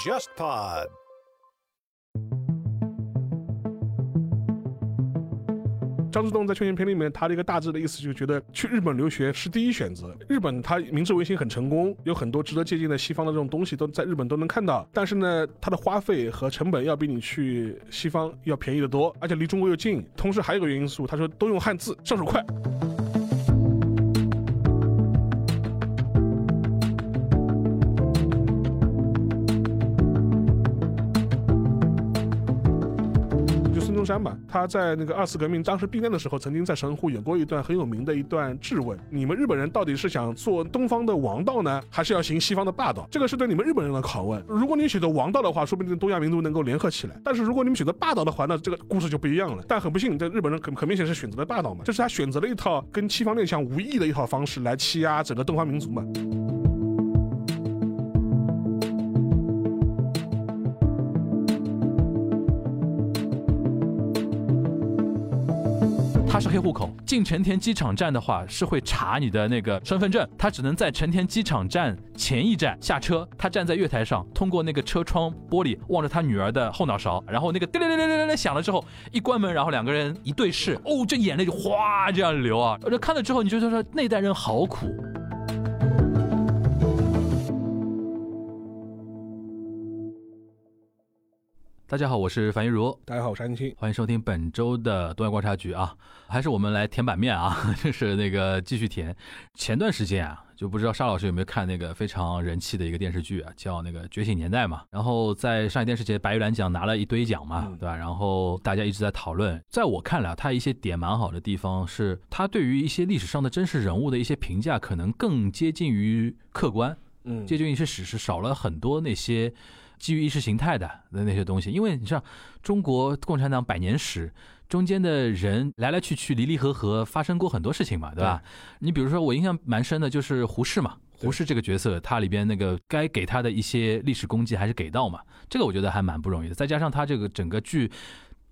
JustPod。张之洞在《劝贤篇》里面，他的一个大致的意思就是觉得去日本留学是第一选择。日本它明治维新很成功，有很多值得借鉴的西方的这种东西都在日本都能看到。但是呢，它的花费和成本要比你去西方要便宜得多，而且离中国又近。同时还有一个因素，他说都用汉字，上手快。就孙中山吧，他在那个二次革命当时避难的时候，曾经在神户有过一段很有名的一段质问：你们日本人到底是想做东方的王道呢，还是要行西方的霸道？这个是对你们日本人的拷问。如果你选择王道的话，说不定东亚民族能够联合起来；但是如果你们选择霸道的话，那这个故事就不一样了。但很不幸，这日本人很很明显是选择了霸道嘛，这是他选择了一套跟西方列强无异的一套方式来欺压整个东方民族嘛。他是黑户口，进成田机场站的话是会查你的那个身份证，他只能在成田机场站前一站下车，他站在月台上，通过那个车窗玻璃望着他女儿的后脑勺，然后那个叮铃铃铃铃铃铃响了之后，一关门，然后两个人一对视，哦，这眼泪就哗这样流啊，这看了之后你就觉得那代人好苦，大家好，我是樊一茹。大家好，我是安青。欢迎收听本周的东亚观察局啊，还是我们来填版面啊， 就是那个继续填。前段时间啊，就不知道沙老师有没有看那个非常人气的一个电视剧啊，叫那个《觉醒年代》嘛。然后在上海电视节白玉兰奖拿了一堆奖嘛，嗯对吧？然后大家一直在讨论，在我看来，它一些点蛮好的地方是，它对于一些历史上的真实人物的一些评价，可能更接近于客观。嗯这就一些史实少了很多那些基于意识形态的那那些东西，因为你像中国共产党百年史中间的人来来去去、离离合合，发生过很多事情嘛，对吧？你比如说，我印象蛮深的就是胡适嘛，对胡适这个角色，他里边那个该给他的一些历史功绩还是给到嘛，这个我觉得还蛮不容易的。再加上他这个整个剧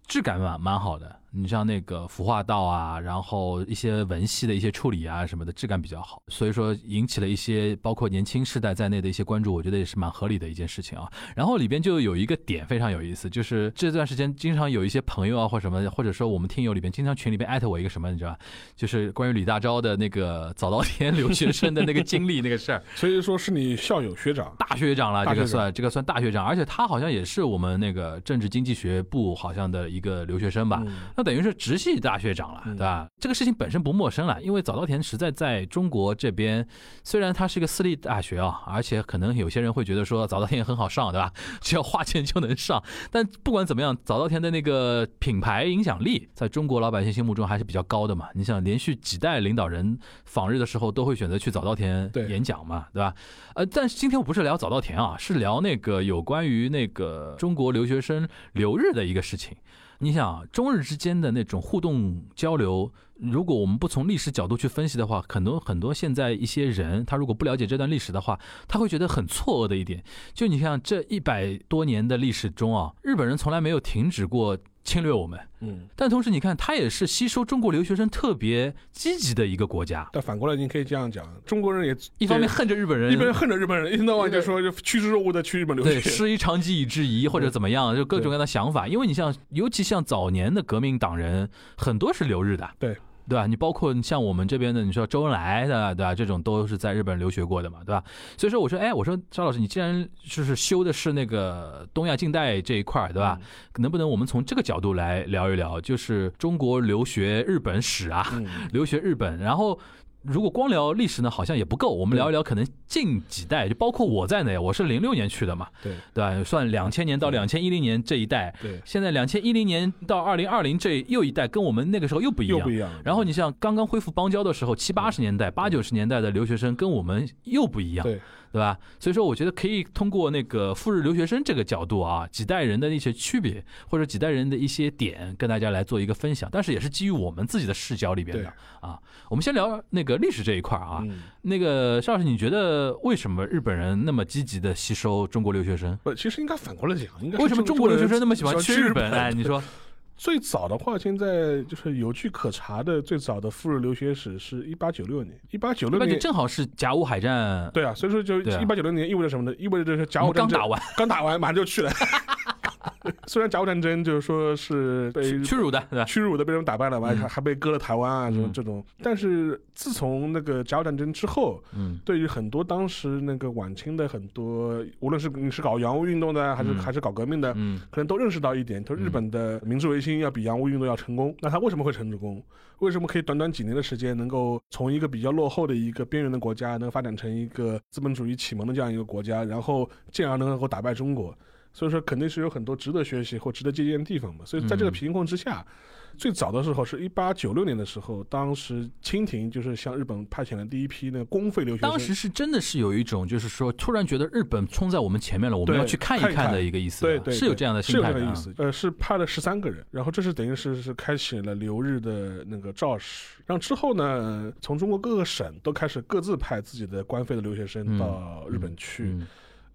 质感蛮蛮好的，你像那个服化道啊，然后一些文戏的一些处理啊什么的，质感比较好，所以说引起了一些包括年轻世代在内的一些关注，我觉得也是蛮合理的一件事情啊。然后里边就有一个点非常有意思，就是这段时间经常有一些朋友啊或什么，或者说我们听友里边经常群里边艾特我一个什么，你知道吧？就是关于李大钊的那个早稻田留学生的那个经历那个事儿，所以说是你校友学长，大学长 了，大这学个算这个算大学长，而且他好像也是我们那个政治经济学部好像的一个留学生吧。那等于是直系大学长了，嗯对吧？这个事情本身不陌生了，因为早稻田实在在中国这边，虽然它是一个私立大学啊，而且可能有些人会觉得说早稻田也很好上，对吧？ 只要花钱就能上。但不管怎么样，早稻田的那个品牌影响力在中国老百姓心目中还是比较高的嘛。你想，连续几代领导人访日的时候都会选择去早稻田对演讲嘛，对吧？呃，但是今天我不是聊早稻田啊，是聊那个有关于那个中国留学生留日的一个事情。你想啊，中日之间的那种互动交流，如果我们不从历史角度去分析的话，很多很多现在一些人，他如果不了解这段历史的话，他会觉得很错愕的一点，就你看这一百多年的历史中啊，日本人从来没有停止过侵略我们，嗯，但同时你看，他也是吸收中国留学生特别积极的一个国家。但反过来你可以这样讲，中国人也一方面对恨着日本人，一边恨着日本人，一天到晚就说就趋之若鹜的去日本留对，学。嗯师夷长技以制夷，或者怎么样，就各种各样的想法。因为你像，尤其像早年的革命党人，很多是留日的，对对吧？你包括像我们这边的，你说周恩来的，对吧？这种都是在日本留学过的嘛，对吧？所以说，我说，哎，我说赵老师，你既然就是修的是那个东亚近代这一块儿，对吧？嗯能不能我们从这个角度来聊一聊，就是中国留学日本史啊？嗯，留学日本，然后。如果光聊历史呢，好像也不够。我们对聊一聊可能近几代，就包括我在内，我是零六年去的嘛，对对吧？算两千年到两千一零年这一代，对，现在两千一零年到二零二零这又一代，跟我们那个时候又不一又样不。一样。然后你像刚刚恢复邦交的时候，七八十年代、八九十年代的留学生跟我们又不一样，对对吧？所以说，我觉得可以通过那个赴日留学生这个角度啊，几代人的一些区别，或者几代人的一些点，跟大家来做一个分享。但是也是基于我们自己的视角里边对的啊。我们先聊那个历史这一块儿啊。嗯，那个邵老师，你觉得为什么日本人那么积极的吸收中国留学生？不，其实应该反过来讲，应该是为什么中中国留人学生那么喜喜欢欢去日本？哎，你说最早的话，现在就是有据可查的，最早的赴日留学史是一八九六年，一八九六那就年。正好是甲午海战，对啊，所以说就对啊一八九六年意味着什么呢？意味着就是甲午我们战刚争打完，刚打完马上就去了。 虽然甲午战争就是说是被屈辱的，对吧？ 屈辱的被人打败了，完还嗯还被割了台湾啊，什么嗯这种。但是自从那个甲午战争之后，嗯，对于很多当时那个晚清的很多，无论是你是搞洋务运动的，还是嗯还是搞革命的，嗯，可能都认识到一点，就是日本的明治维新要比洋务运动要成功。那它为什么会成功？为什么可以短短几年的时间，能够从一个比较落后的一个边缘的国家，能发展成一个资本主义启蒙的这样一个国家，然后进而能够打败中国？所以说，肯定是有很多值得学习或值得借鉴的地方嘛。所以在这个嗯贫困之下，最早的时候是一八九六年的时候，当时清廷就是向日本派遣了第一批那个公费留学生。当时是真的是有一种，就是说，突然觉得日本冲在我们前面了，我们对要去看一看一看看的一个意思，对对，是有这样的是心有态这的个啊意。思。呃，是派了十三个人，然后这是等于是是开启了留日的那个肇始。然后之后呢，呃从中国各个省都开始各自派自己的官费的留学生嗯到日本去。嗯，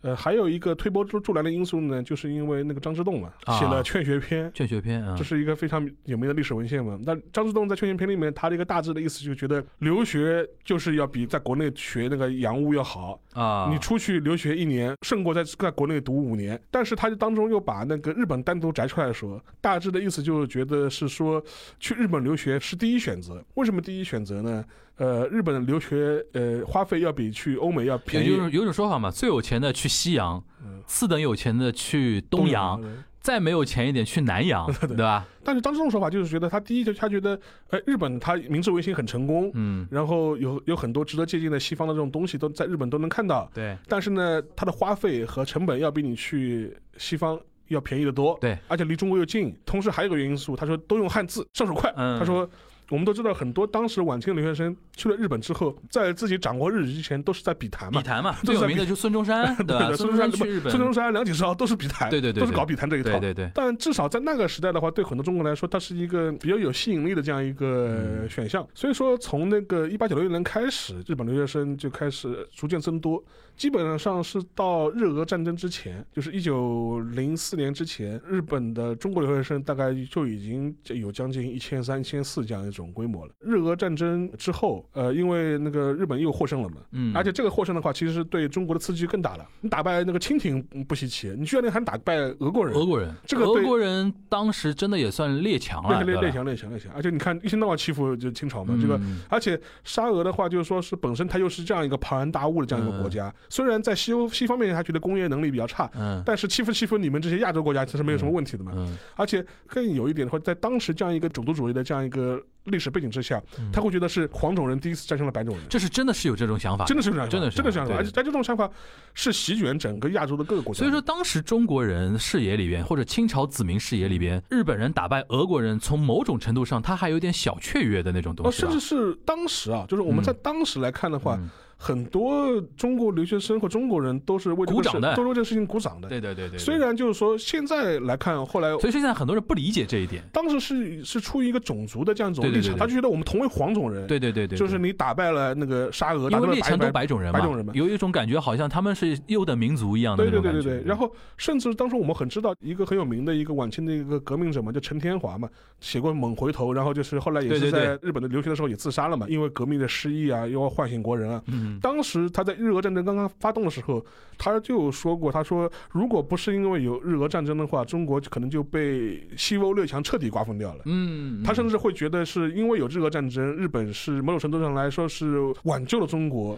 呃，还有一个推波助助澜的因素呢，就是因为那个张之洞嘛，啊写了《劝学篇》。劝学篇啊这，是一个非常有名的历史文献嘛。那张之洞在《劝学篇》里面，他的一个大致的意思就觉得留学就是要比在国内学那个洋务要好，啊，你出去留学一年，胜过在在国内读五年。但是他就当中又把那个日本单独摘出来说，大致的意思就是觉得是说，去日本留学是第一选择。为什么第一选择呢？呃，日本留学呃花费要比去欧美要有便有宜。种有种说法嘛，最有钱的去西洋，嗯次等有钱的去东洋，，对再没有钱一点去南 洋，对吧？但是当时这种说法就是觉得他第一就他觉得，呃，日本他明治维新很成功，嗯，然后有有很多值得借鉴的西方的这种东西都在日本都能看到，对，但是呢，它的花费和成本要比你去西方要便宜得多。对，而且离中国又近。同时还有一个因素，他说都用汉字上手快。嗯他说。我们都知道，很多当时晚清留学生去了日本之后，在自己掌握日语之前，都是在笔谈嘛笔。谈嘛，都最是有名的就是孙中山， 对吧？的孙孙中中山山去日本，孙中山、梁启超都是笔谈，对对对都是搞笔谈这一对套。对对，但至少在那个时代的话，对很多中国人来说，它是一个比较有吸引力的这样一个嗯选项。所以说，从那个一八九六年开始，日本留学生就开始逐渐增多，基本上是到日俄战争之前，就是一九零四年之前，日本的中国留学生大概就已经有将近一千三、一千四这样一种规模了。日俄战争之后，呃，因为那个日本又获胜了嘛，嗯，而且这个获胜的话，其实对中国的刺激更大了。你打败那个清廷嗯不稀奇，你居然还打败俄国人，俄国人，这个俄对国人当时真的也算列强了，列啊对吧列列强列强列强，而且你看一天到晚欺负就清朝嘛，嗯这个。而且沙俄的话，就是说是本身它又是这样一个庞然大物的这样一个国家，虽然在西欧西方面它觉得工业能力比较差，嗯但是欺负欺负你们这些亚洲国家其实没有什么问题的嘛。嗯，而且更有一点的话，在当时这样一个种族主义的这样一个历史背景之下，嗯他会觉得是黄种人第一次战胜了白种人。这是真的是有这种想法的，真的是这样想法，啊真的是真的这这样想样法，对而且在这种想法是席卷整个亚洲的各个国家。所以说，，当时中国人视野里边，或者清朝子民视野里边，嗯日本人打败俄国人，从某种程度上，他还有点小雀跃的那种东哦，西吧，甚至是当时啊，就是我们在嗯当时来看的话，嗯很多中国留学生或中国人都是为这鼓个掌事的都是为这个事情鼓掌的。对对对对对，虽然就是说现在来看，后来所以说现在很多人不理解这一点，当时是是出于一个种族的这样一种对对立对场，对他就觉得我们同为黄种人，对对对对，就是对。你打败了那个沙俄，打败因为了列强都白白种人嘛，白种人嘛有一种感觉，好像他们是优等民族一样的对那对种对感觉。对对，然后甚至当时我们很知道一个很有名的一个晚清的一个革命者嘛，就陈天华嘛，写过《猛回头》，然后就是后来也对对是在日本的留学的时候也自杀了嘛，因为革命的失意啊，又要唤醒国人啊，嗯，当时他在日俄战争刚刚发动的时候，他就有说过，他说如果不是因为有日俄战争的话，中国可能就被西欧列强彻底瓜分掉了。嗯，嗯他甚至会觉得是因为有日俄战争，日本是某种程度上来说是挽救了中国。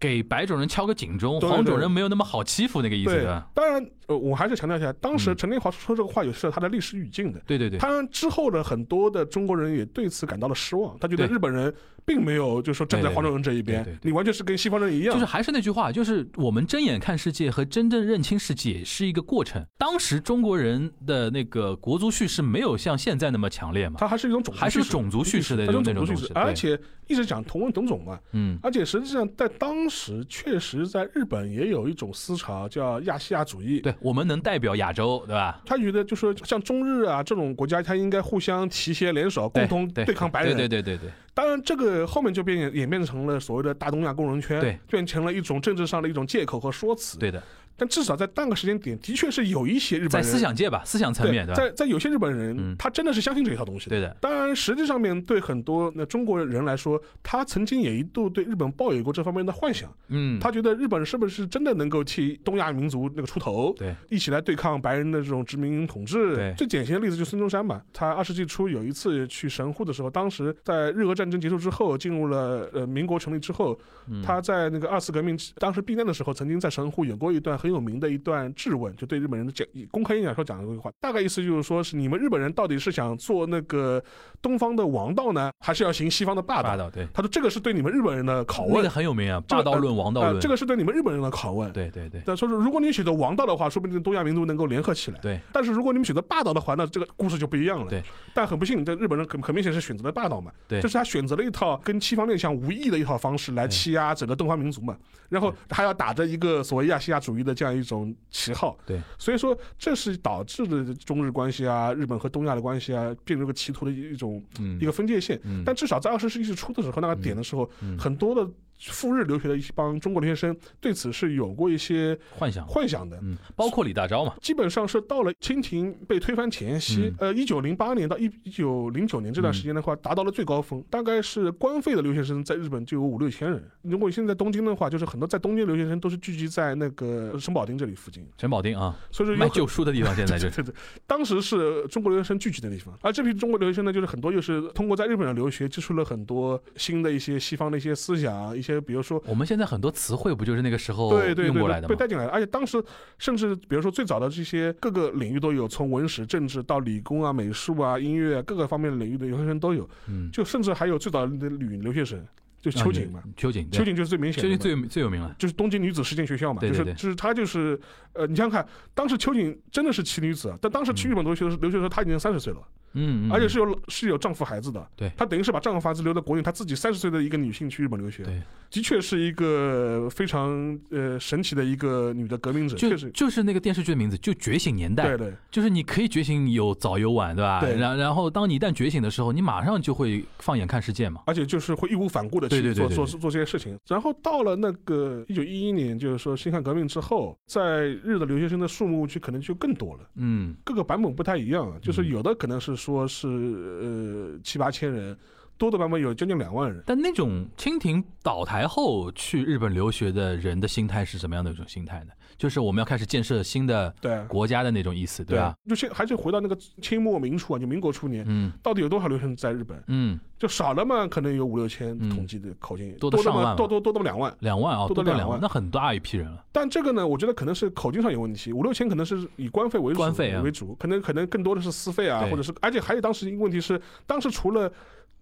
给白种人敲个警钟，对对黄种人没有那么好欺负那个意思对的。，当然，呃，我还是强调一下，当时嗯陈天华说这个话也是有他的历史语境的。对对对，当然，之后的很多的中国人也对此感到了失望，他觉得对日本人并没有就是说站在对对黄种人这一边对对，对你完全是跟西方人一样就是。还是那句话，就是我们睁眼看世界和真正认清世界是一个过程。当时中国人的那个国族叙事没有像现在那么强烈嘛，它还是一种种族还是叙事种族叙事的它那是种那种族种东叙西事，，对而且一直讲同文同种嘛。嗯，而且实际上，在当时确实在日本也有一种思潮叫亚细亚主义。对，我们能代表亚洲，对吧？他觉得就说像中日啊这种国家，他应该互相提携联手，共同对对抗白人。对对对对当然，这个后面就变演演变成了所谓的大东亚共荣圈，对变成了一种政治上的一种借口和说辞。对对的，但至少在那个时间点，的确是有一些日本在人思想界吧，思想层面，对对吧？在在有些日本人、嗯他真的是相信这一套东西的。对的，当然，实际上面对很多那中国人来说，他曾经也一度对日本抱有过这方面的幻想，嗯，他觉得日本是不是真的能够替东亚民族那个出头，对，一起来对抗白人的这种殖民统治对。最典型的例子就是孙中山嘛，他二十世纪初有一次去神户的时候，当时在日俄战争结束之后，进入了呃民国成立之后，嗯他在那个二次革命当时避难的时候，曾经在神户有过一段很有名的一段质问，就对日本人的讲公开演讲时候讲的这句话，大概意思就是说是你们日本人到底是想做那个东方的王道呢，还是要行西方的霸霸道？道，对，他说这个是对你们日本人的拷那问个，很有名啊，这霸道论、王道啊，论，这个是对你们日本人的拷问。对对对但说是如果你选择王道的话，说不定东亚民族能够联合起来。对，但是如果你们选择霸道的话，那这个故事就不一样了。对，但很不幸，这日本人很很明显是选择了霸道嘛。对就是他选择了一套跟西方列强无异的一套方式来对欺压整个东方民族嘛，然后还要打着一个所谓亚细亚主义的这样一种旗号。对，所以说这是导致了中日关系啊、日本和东亚的关系啊变成一个歧途的一种嗯一个分界线。嗯，但至少在二十世纪初的时候，那个点的时候，嗯很多的赴日留学的一帮中国留学生对此是有过一些幻想，幻想的。嗯，包括李大钊嘛，基本上是到了清廷被推翻前夕，嗯呃，一九零八年到一九零九年这段时间的话，达到了最高峰，大概是官费的留学生在日本就有五六千人。如果你现在东京的话，就是很多在东京留学生都是聚集在那个神保町这里附近，陈宝丁啊，所以说有卖很旧书的地方现在就 对是，对对，当时是中国留学生聚集的地方，而这批中国留学生呢，就是很多又是通过在日本的留学，接触了很多新的一些西方的一些思想，啊一些比如说。我们现在很多词汇不就是那个时候对对用对哦过来对，的被吗？带进来的，而且当时甚至比如说最早的这些各个领域都有，从文史、政治到理工啊、美术啊、音乐、啊、各个方面领域的留学生都有，嗯，就甚至还有最早的女留学生，就秋瑾嘛，啊，秋瑾，对秋瑾就是最明显的秋嘛，瑾最有最有名了，就是东京女子实践学校嘛，对对对就是就是她就是呃，你想想看，当时秋瑾真的是奇女子，啊，但当时嗯去日本留学的时候留学的时候，她已经三十岁了。嗯，嗯而且嗯是有是有丈夫孩子的，对她等于是把丈夫孩子留在国内，她自己三十岁的一个女性去日本留学，对，的确是一个非常呃神奇的一个女的革命者，确就实，就是那个电视剧的名字，就《觉醒年代》，对对就是你可以觉醒有早有晚，对吧？对然然后当你一旦觉醒的时候，你马上就会放眼看世界嘛。而且就是会义无反顾的对去对做对对做对做这些事情。然后到了那个一九一一年，就是说辛亥革命之后，在日的留学生的数目就可能就更多了。嗯，各个版本不太一样啊，就是嗯有的可能是说是呃七八千人，多的版本有将近两万人。但那种清廷倒台后去日本留学的人的心态是什么样的一种心态呢？就是我们要开始建设新的对啊，国家的那种意思，对啊吧？就现还是回到那个清末明初啊，就民国初年，嗯到底有多少留学生在日本？嗯，就少了嘛，可能有五六千嗯统计的口径，多得多的上万嘛，嘛多多多的两万。两万啊、多多到到两两万万，那很大一批人了。但这个呢，我觉得可能是口径上有问题，五六千可能是以官费为主官费啊为主，可能可能更多的是私费啊，对或者是，而且还有当时一个问题是，当时除了。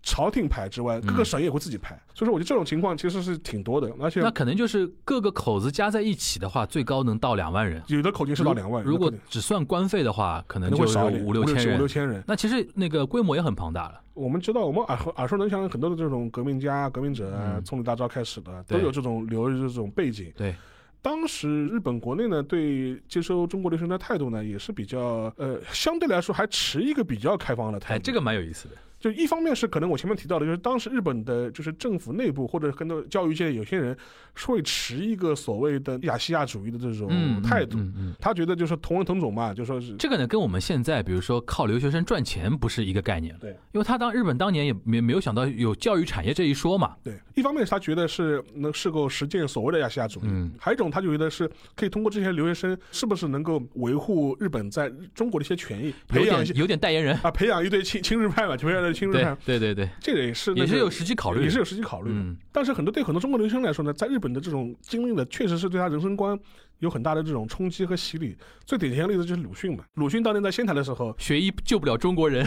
朝廷派之外，各个嗯省也会自己派，所以说我觉得这种情况其实是挺多的，而且那可能就是各个口子加在一起的话，最高能到两万人。有的口径是到两万，如有果的口径只算官费的话，可可能能就会是少一点，六千五六人。千人。那其实那个规模也很庞大了。我们知道，我们耳耳熟能详的很多的这种革命家、革命者啊，嗯从李大钊开始的，都对有这种留日这种背景。对，当时日本国内呢，对接收中国留学生的态度呢，也是比较呃，相对来说还持一个比较开放的态哎，度。这个蛮有意思的。就一方面是可能我前面提到的，就是当时日本的就是政府内部或者很多教育界有些人是会持一个所谓的亚细亚主义的这种嗯，态度，嗯嗯嗯他觉得就是同文同种嘛，就说是这个呢，跟我们现在比如说靠留学生赚钱不是一个概念了。对，因为他当日本当年也没没有想到有教育产业这一说嘛。对，一方面是他觉得是能是够实践所谓的亚细亚主义，嗯还有一种他觉得是可以通过这些留学生是不是能够维护日本在中国的一些权益，有培养一些点有点代 言人。啊，培养一堆亲亲日派嘛，培养的亲日嗯对派，对 对对，这个也是、那也个、是有实际考虑的，也是有实际考虑的。嗯但是很多对很多中国留学生来说呢，在日本的这种经历呢，确实是对他人生观有很大的这种冲击和洗礼。最典型的例子就是鲁迅嘛，鲁迅当年在仙台的时候， 学医救不了中 国人，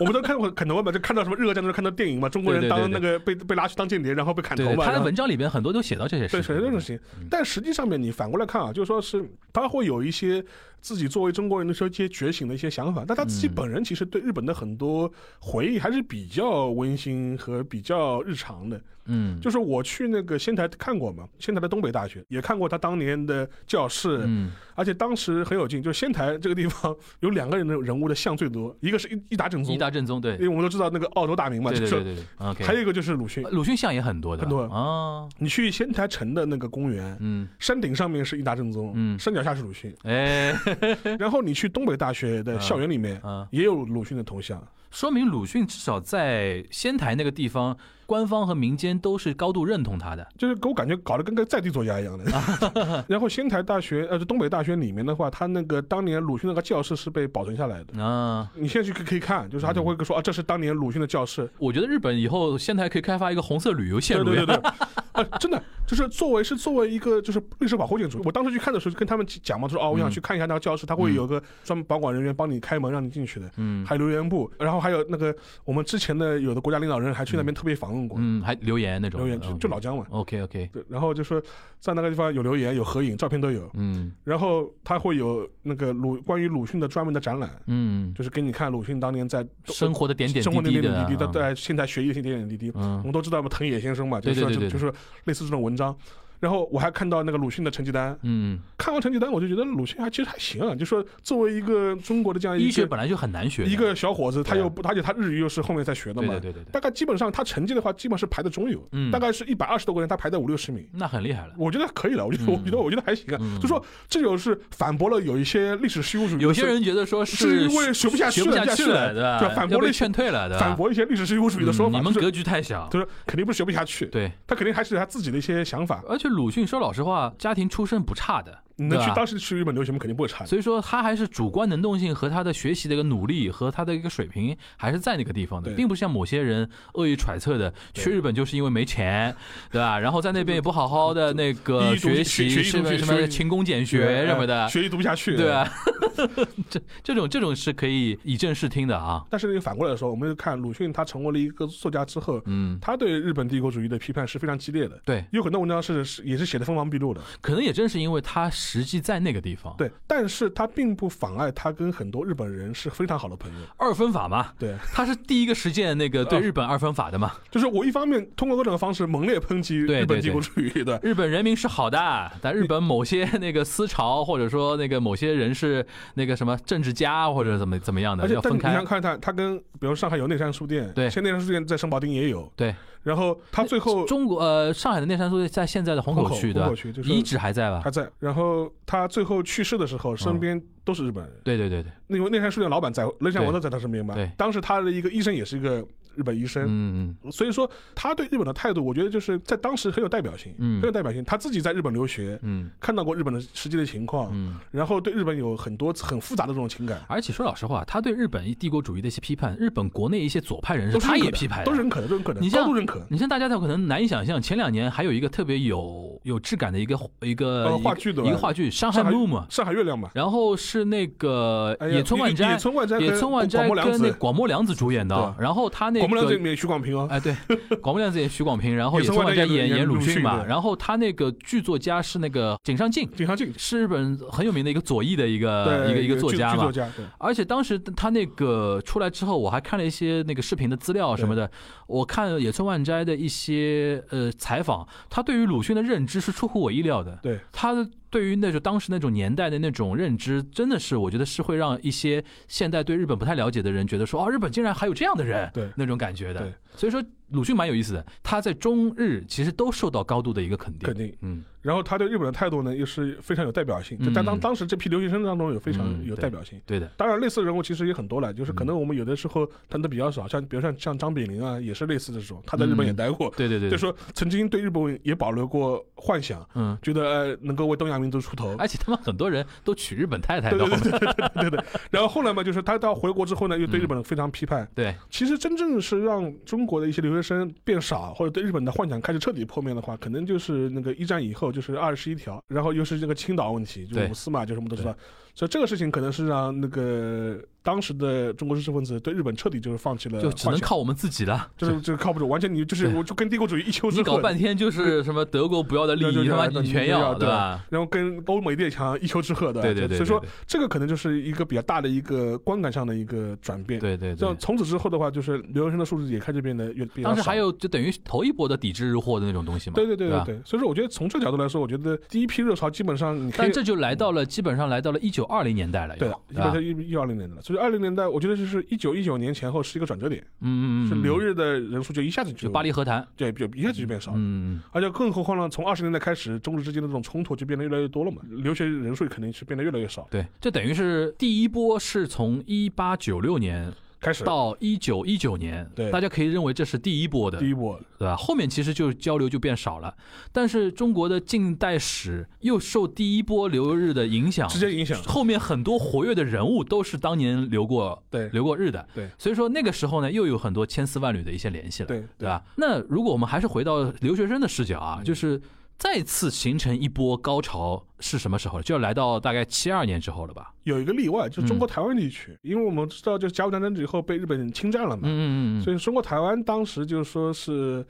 我们都看过肯德文嘛，就看到什么日俄战争看到电影嘛，中国人对对当对那个被被拉去当间谍，然后被砍头对对嘛，他然的后文章里边很多都写到这些对，事首情。先这种事情，但实际上面你反过来看啊，就是说是他会有一些自己作为中国人的时候一些觉醒的一些想法，但他自己嗯本人其实对日本的很多回忆还是比较温馨和比较日常的。嗯，就是我去那个仙台看过嘛，仙台的东北大学也看过他当年的教室，嗯而且当时很有劲，就是仙台这个地方有两个人的人物的像最多，一个是伊伊达正宗伊，达嗯正宗对因为我们都知道那个澳洲大名嘛，就对对是对对对，OK，呃还有一个就是鲁迅。鲁迅像也很多的很多啊，你去仙台城的那个公园，嗯，山顶上面是伊达正宗，嗯山脚下是鲁迅，哎， 然后你去东北大学的校园里面。啊，也有鲁迅的头像，说明鲁迅至少在仙台那个地方，官方和民间都是高度认同他的。就是给我感觉搞得跟个在地作家一样的。 然后仙台大学，呃，就东北大学里面的话，他那个当年鲁迅那个教室是被保存下来的。啊，你现在去可可以看，就是他就会说、啊，这是当年鲁迅的教室。我觉得日本以后仙台可以开发一个红色旅游线对路呀。对对对，呃，真的就是作为是作为一个就是历史保护建筑，我当时去看的时候就跟他们讲嘛，就说哦，我嗯想去看一下那个教室，他会有个专门保管人员帮你开门让你进去的，嗯还有留言簿，然后还有那个我们之前的有的国家领导人还去那边特别访问过，嗯，还留言那种嗯留言就就老姜嘛。 OK OK，对，然后就说在那个地方有留言、有合影、照片都有，嗯然后他会有那个鲁关于鲁迅的专门的展览，嗯，就是给你看鲁迅当年在生活的点点生活滴的滴点的点啊，滴滴，在现在学艺的点点滴滴，我嗯们都知道嘛，藤野先生嘛，就是说对对对对就就是类似这种文章。然后我还看到那个鲁迅的成绩单，嗯，看完成绩单我就觉得鲁迅还其实还行啊，就说作为一个中国的这样一医学个本来就很难学的，一个小伙子，他对啊又不，而且他日语又是后面才学的对嘛对，对对对，大概基本上他成绩的话，基本是排在中游，嗯大概是一百二十多个人，他排在五六十名。那很厉害了。我觉得可以了，我觉得我觉得我觉得还行啊，嗯就说这就是反驳了有一些历史虚无主义，有些人觉得说嗯是因为学不下去学不了下下去去了，了对对吧？吧反驳要了被一些劝退了，对吧？啊反驳一些历史虚无主义的说法，嗯你们就是格局太小。就是肯定不是学不下去，对，啊他肯定还是有他自己的一些想法。而且鲁迅说老实话，家庭出身不差的，你能对去吧当时去日本留学吗？肯定不会差的。所以说他还是主观能动性和他的学习的一个努力和他的一个水平还是在那个地方的，对并不像某些人恶意揣测的，对去日本就是因为没钱，对吧？然后在那边也不好好的那个一读学学习，学一什读么学什么学勤工俭对学什么的哎，学习读不下去，对。啊吧？这这种这种是可以以正视听的啊，但是那个反过来说，我们就看鲁迅他成为了一个作家之后，嗯，他对日本帝国主义的批判是非常激烈的，对，有很多文章是是也是写的锋芒毕露的，可能也正是因为他实际在那个地方，，对。但是他并不妨碍他跟很多日本人是非常好的朋友，二分法嘛，对。他是第一个实践那个对日本二分法的嘛，就是我一方面通过各种方式猛烈抨击对日本对帝国主义的，日本人民是好的，啊但日本某些那个思潮，或者说那个某些人是那个什么政治家或者怎么怎么样的，而且要但分你开想。看他，他跟比如上海有内山书店，对现在内山书店在圣保町也有，对，然后他最后中国呃上海的内山书店在现在的虹虹口区虹的口区就是遗址还在吧还？在，然后他最后去世的时嗯候，身边都是日本人，对对对对，因为内山书店老板在，内山对王都在他身边嘛对。当时他的一个医生也是一个日本医生。嗯所以说，他对日本的态度，我觉得就是在当时很有代表性，嗯很有代表性。他自己在日本留学，嗯看到过日本的实际的情嗯况，嗯。然后对日本有很多很复杂的这种情感，而且说老实话，他对日本帝国主义的一些批判，日本国内一些左派人士都是嗯他认可也的批判，都认可的，都认可的，你像嗯高度认可。你像大家都可能难以想象，前两年还有一个特别有有质感的一个一个、呃话剧对吧一个话剧《上海上海 Room》嘛，上海月亮嘛，然后是那个哎呀野村万斋，野村万斋跟野村万斋广播良跟那子广末凉子主演的，对然后他那广播良子里个。面有徐广平哦，哎，对，广末凉子演徐广平，然后野野村万村万斋斋演演演鲁鲁迅迅嘛，对然后他那个剧作家是那个井上靖，井上靖，是日本很有名的一个左翼的一个对，呃一个一个作剧家剧嘛作。家，对，而且当时他那个出来之后，我还看了一些那个视频的资料什么的。我看野村万斋的一些呃采访，他对于鲁迅的认知是出乎我意料的。对，他对于那种当时那种年代的那种认知，真的是我觉得是会让一些现代对日本不太了解的人觉得说，哦，日本竟然还有这样的人，对那种感觉的对。所以说鲁迅蛮有意思的，他在中日其实都受到高度的一个肯定。肯定。嗯，然后他对日本的态度呢，也是非常有代表性，就在嗯当当时这批留学生当中有非常嗯有对嗯代表性。对的，当然，类似的人物其实也很多了，就是可能我们有的时候谈的比较少，像比如像像张炳麟啊，也是类似的这种，他在日本也待过，对对嗯对，就说曾经对日本也保留过幻想，嗯，觉得呃能够为东亚民族出头。而且他们很多人都娶日本太太对到对后对面，对对对对对。然后后来嘛，就是他到回国之后呢，嗯又对日本非常批判。对。其实真正是让中国的一些留学生变少，或者对日本的幻想开始彻底破灭的话，可能就是那个一战以后，就是二十一条，然后又是这个青岛问题，就是对五四嘛，就是我们都知道，所以这个事情可能是让那个当时的中国知识分子对日本彻底就是放弃了就只能幻想，靠我们自己了。呃就是就是靠不住，完全你就是对我就跟帝国主义一丘之你搞貉，半天就是什么德国不要的利对对益，对他妈对你全对要，对对吧？然后跟欧美列强一丘之貉的，对对对，所以说对这个可能就是一个比较大的一个观感上的一个转变。对对这样对。从此之后的话，就是留学生的素质也开始变得越比较当时还少有就等于头一波的抵制日货的那种东西嘛，对对对对吧对，所以说我觉得从这个角度来说，我觉得第一批热潮基本上你可以但这就来到了基本上来到了一九二零年代了，对吧的，一对般吧在一一二零年代了，所以二零年代我觉得就是一九一九年前后是一个转折点，嗯嗯嗯，是嗯留日的人数就一下子就就巴黎和谈，对就一下子就变少了。嗯，嗯而且更何况呢，从二十年代开始，中日之间的这种冲突就变得越来越多了嘛，留学人数肯定是变得越来越少。对，这等于是第一波是从一八九六年开始到一九一九年，对大家可以认为这是第一波的，第一波，对吧？后面其实就交流就变少了，但是中国的近代史又受第一波留日的影响，直接影响后面很多活跃的人物都是当年留过对留过日的，对，所以说那个时候呢，又有很多千丝万缕的一些联系了，对对吧？那如果我们还是回到留学生的视角啊，嗯就是再次形成一波高潮是什么时候？就要来到大概七二年之后了吧？有一个例外，就是中嗯国台湾地区，因为我们知道，就是甲午战争以后被日本侵占了嘛，嗯嗯嗯嗯，所以中国台湾当时就是说是，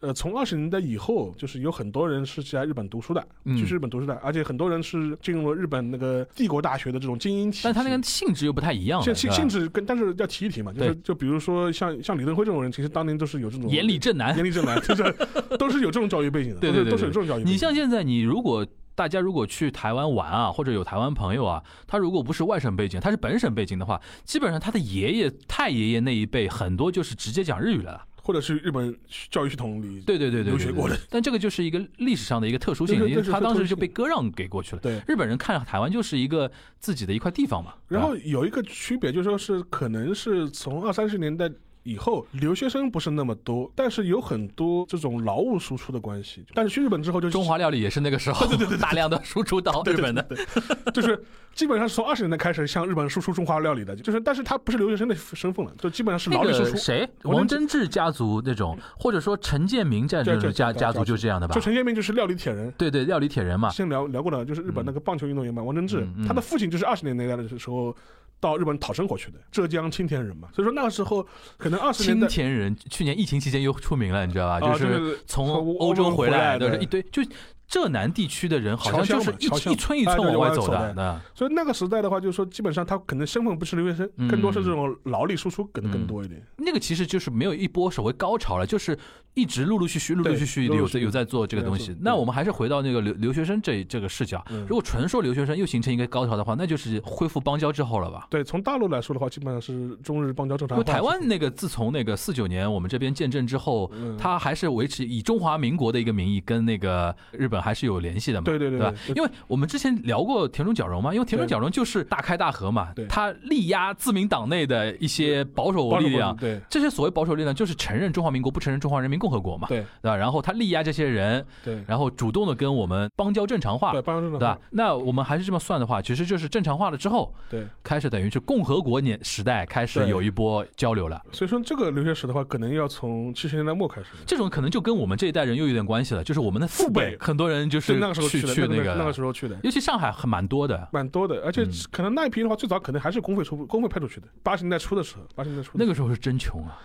呃，从二十年代以后，就是有很多人是在日本读书的，嗯去日本读书的，而且很多人是进入了日本那个帝国大学的这种精英体系。但他那个性质又不太一样了，性性对吧性质跟，但是要提一提嘛，就是就比如说像像李登辉这种人，其实当年都是有这种眼里正南严。厉正男， 就是都是有这种教育背景的，对都是对对都是有这种教育背景。你像现在，你如果大家如果去台湾玩啊，或者有台湾朋友啊，他如果不是外省背景，他是本省背景的话，基本上他的爷爷、太爷爷那一辈很多就是直接讲日语了啦。或者是日本教育系统里，对对对对，留对学过的。对但这个就是一个历史上的一个特殊性，对对因为对他是当特时殊就性被割让给过去了。对日本人看台湾就是一个自己的一块地方嘛。然对吧后有一个区别，就是说是可能是从二三十年代。以后留学生不是那么多，但是有很多这种劳务输出的关系。但是去日本之后就是中华料理也是那个时候大量的输出到日本的。 就是基本上是从二十年代开始向日本输出中华料理的，就是但是他不是留学生的身份了，就基本上是劳那力输个出。谁，王王贞贞治家族那种，或者说陈建明家对这种对家对家家族族就是这样的吧就？陈建明就是料理铁人，对对，料理铁人嘛。先聊聊过的，就是日本那个棒球运动员嘛，王贞治嗯嗯，他的父亲就是二十年代的时候到日本讨生活去的，浙江青田人嘛，所以说那个时候可能二十年青代田人去年疫情期间又出名了，你知道吧？啊，是是从从欧洲欧洲回回来的的一堆，就浙南地区的人好侨像就乡是嘛一侨乡一村一哎村对往对外往走走的啊的那所以那个时代的话，就是说基本上他可能身份不是留学生，嗯更多是这种劳力输出，可能更多一点。那个其实就是没有一波所谓高潮了，就是一直陆陆续续、陆陆续续陆陆有续在续有在做这个东西对。那我们还是回到那个留留学生这这个视角，嗯如果纯说留学生又形成一个高潮的话，那就是恢复邦交之后了吧？对，从大陆来说的话，基本上是中日邦交正因常为化。台湾那个自从那个四九年我们这边建政之后，嗯它还是维持以中华民国的一个名义跟那个日本还是有联系的嘛。对对对对吧？对因为我们之前聊过田中角荣嘛，因为田中角荣就是大开大合嘛对，他力压自民党内的一些保守力量。对这些所谓保守力量就是承认中华民国，不承认中华人民共和国嘛，对吧？然后他力压这些人，对然后主动的跟我们邦交正常化，对，邦交正对常吧化。？那我们还是这么算的话，其实就是正常化了之后，对，开始等于是共和国年时代开始对有一波交流了。所以说这个留学史的话，可能要从七十年代末开始。这种可能就跟我们这一代人又有点关系了，就是我们的父父辈辈很多人就是对，那个时候去的，去那个，那个时候去的。尤其上海很蛮多的。蛮多的，而且嗯可能那一批的话，最早可能还是公费出公费派出去的，八十年代初的时候，八十年代初那个个时候是真穷啊，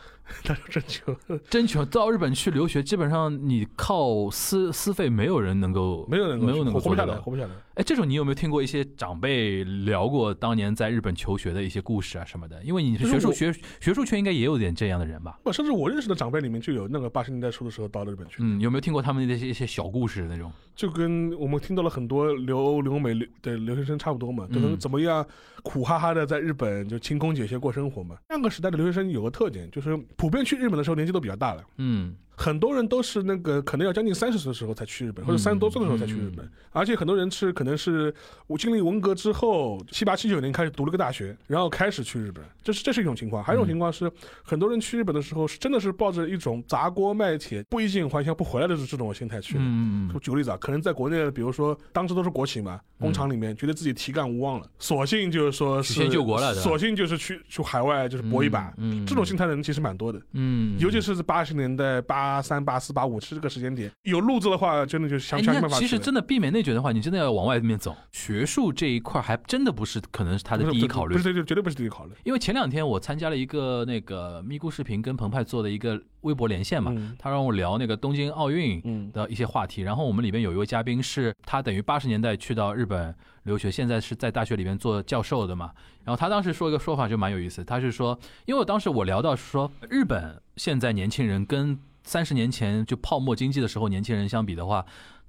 那时候真穷，真穷！到日本去留学，基本上你靠私私费，没有人能够没有人能没有能够活活不做得下来，到。活不下来。哎，这种你有没有听过一些长辈聊过当年在日本求学的一些故事啊什么的？因为你就是学术我学学术圈应该也有点这样的人吧？我哦甚至我认识的长辈里面就有那个八十年代初的时候到了日本去的，嗯，有没有听过他们的一些一些小故事那种？就跟我们听到了很多留欧留美的留学生差不多嘛，嗯都能怎么样苦哈哈的在日本就勤工俭学过生活嘛。那个时代的留学生有个特点，就是普遍去日本的时候年纪都比较大了。嗯，很多人都是那个可能要将近三十岁的时候才去日本，或者三十多岁的时候才去日本，嗯而且很多人是可能是我经历文革之后七八七九年开始读了个大学，然后开始去日本，这是这是一种情况。还嗯有一种情况是，很多人去日本的时候是真的是抱着一种砸锅卖铁、不衣锦还乡不回来的这种心态去的。嗯嗯我举个例子啊，可能在国内，比如说当时都是国企嘛，工厂里面觉得自己提干无望了，索性就是说是曲嗯线救国了对吧索性就是去去海外就是搏一把，嗯嗯这种心态的人其实蛮多的。嗯，尤其是八十年代、八八三、八四、八五是这个时间点，有路子的话，真的就想哎，想尽那办法去了。其实真的避免内卷的话，你真的要往外面走。学术这一块还真的不是可能是他的不第是一考虑不。是，对对，绝对不是第一考虑。因为前两天我参加了一个那个咪咕视频跟澎湃做的一个微博连线嘛，嗯他让我聊那个东京奥运嗯的一些话题。然后我们里面有一位嘉宾是他等于八十年代去到日本留学，现在是在大学里面做教授的嘛。然后他当时说一个说法就蛮有意思，他是说，因为我当时我聊到说日本现在年轻人跟三十年前就泡沫经济的时候年轻人相比的话。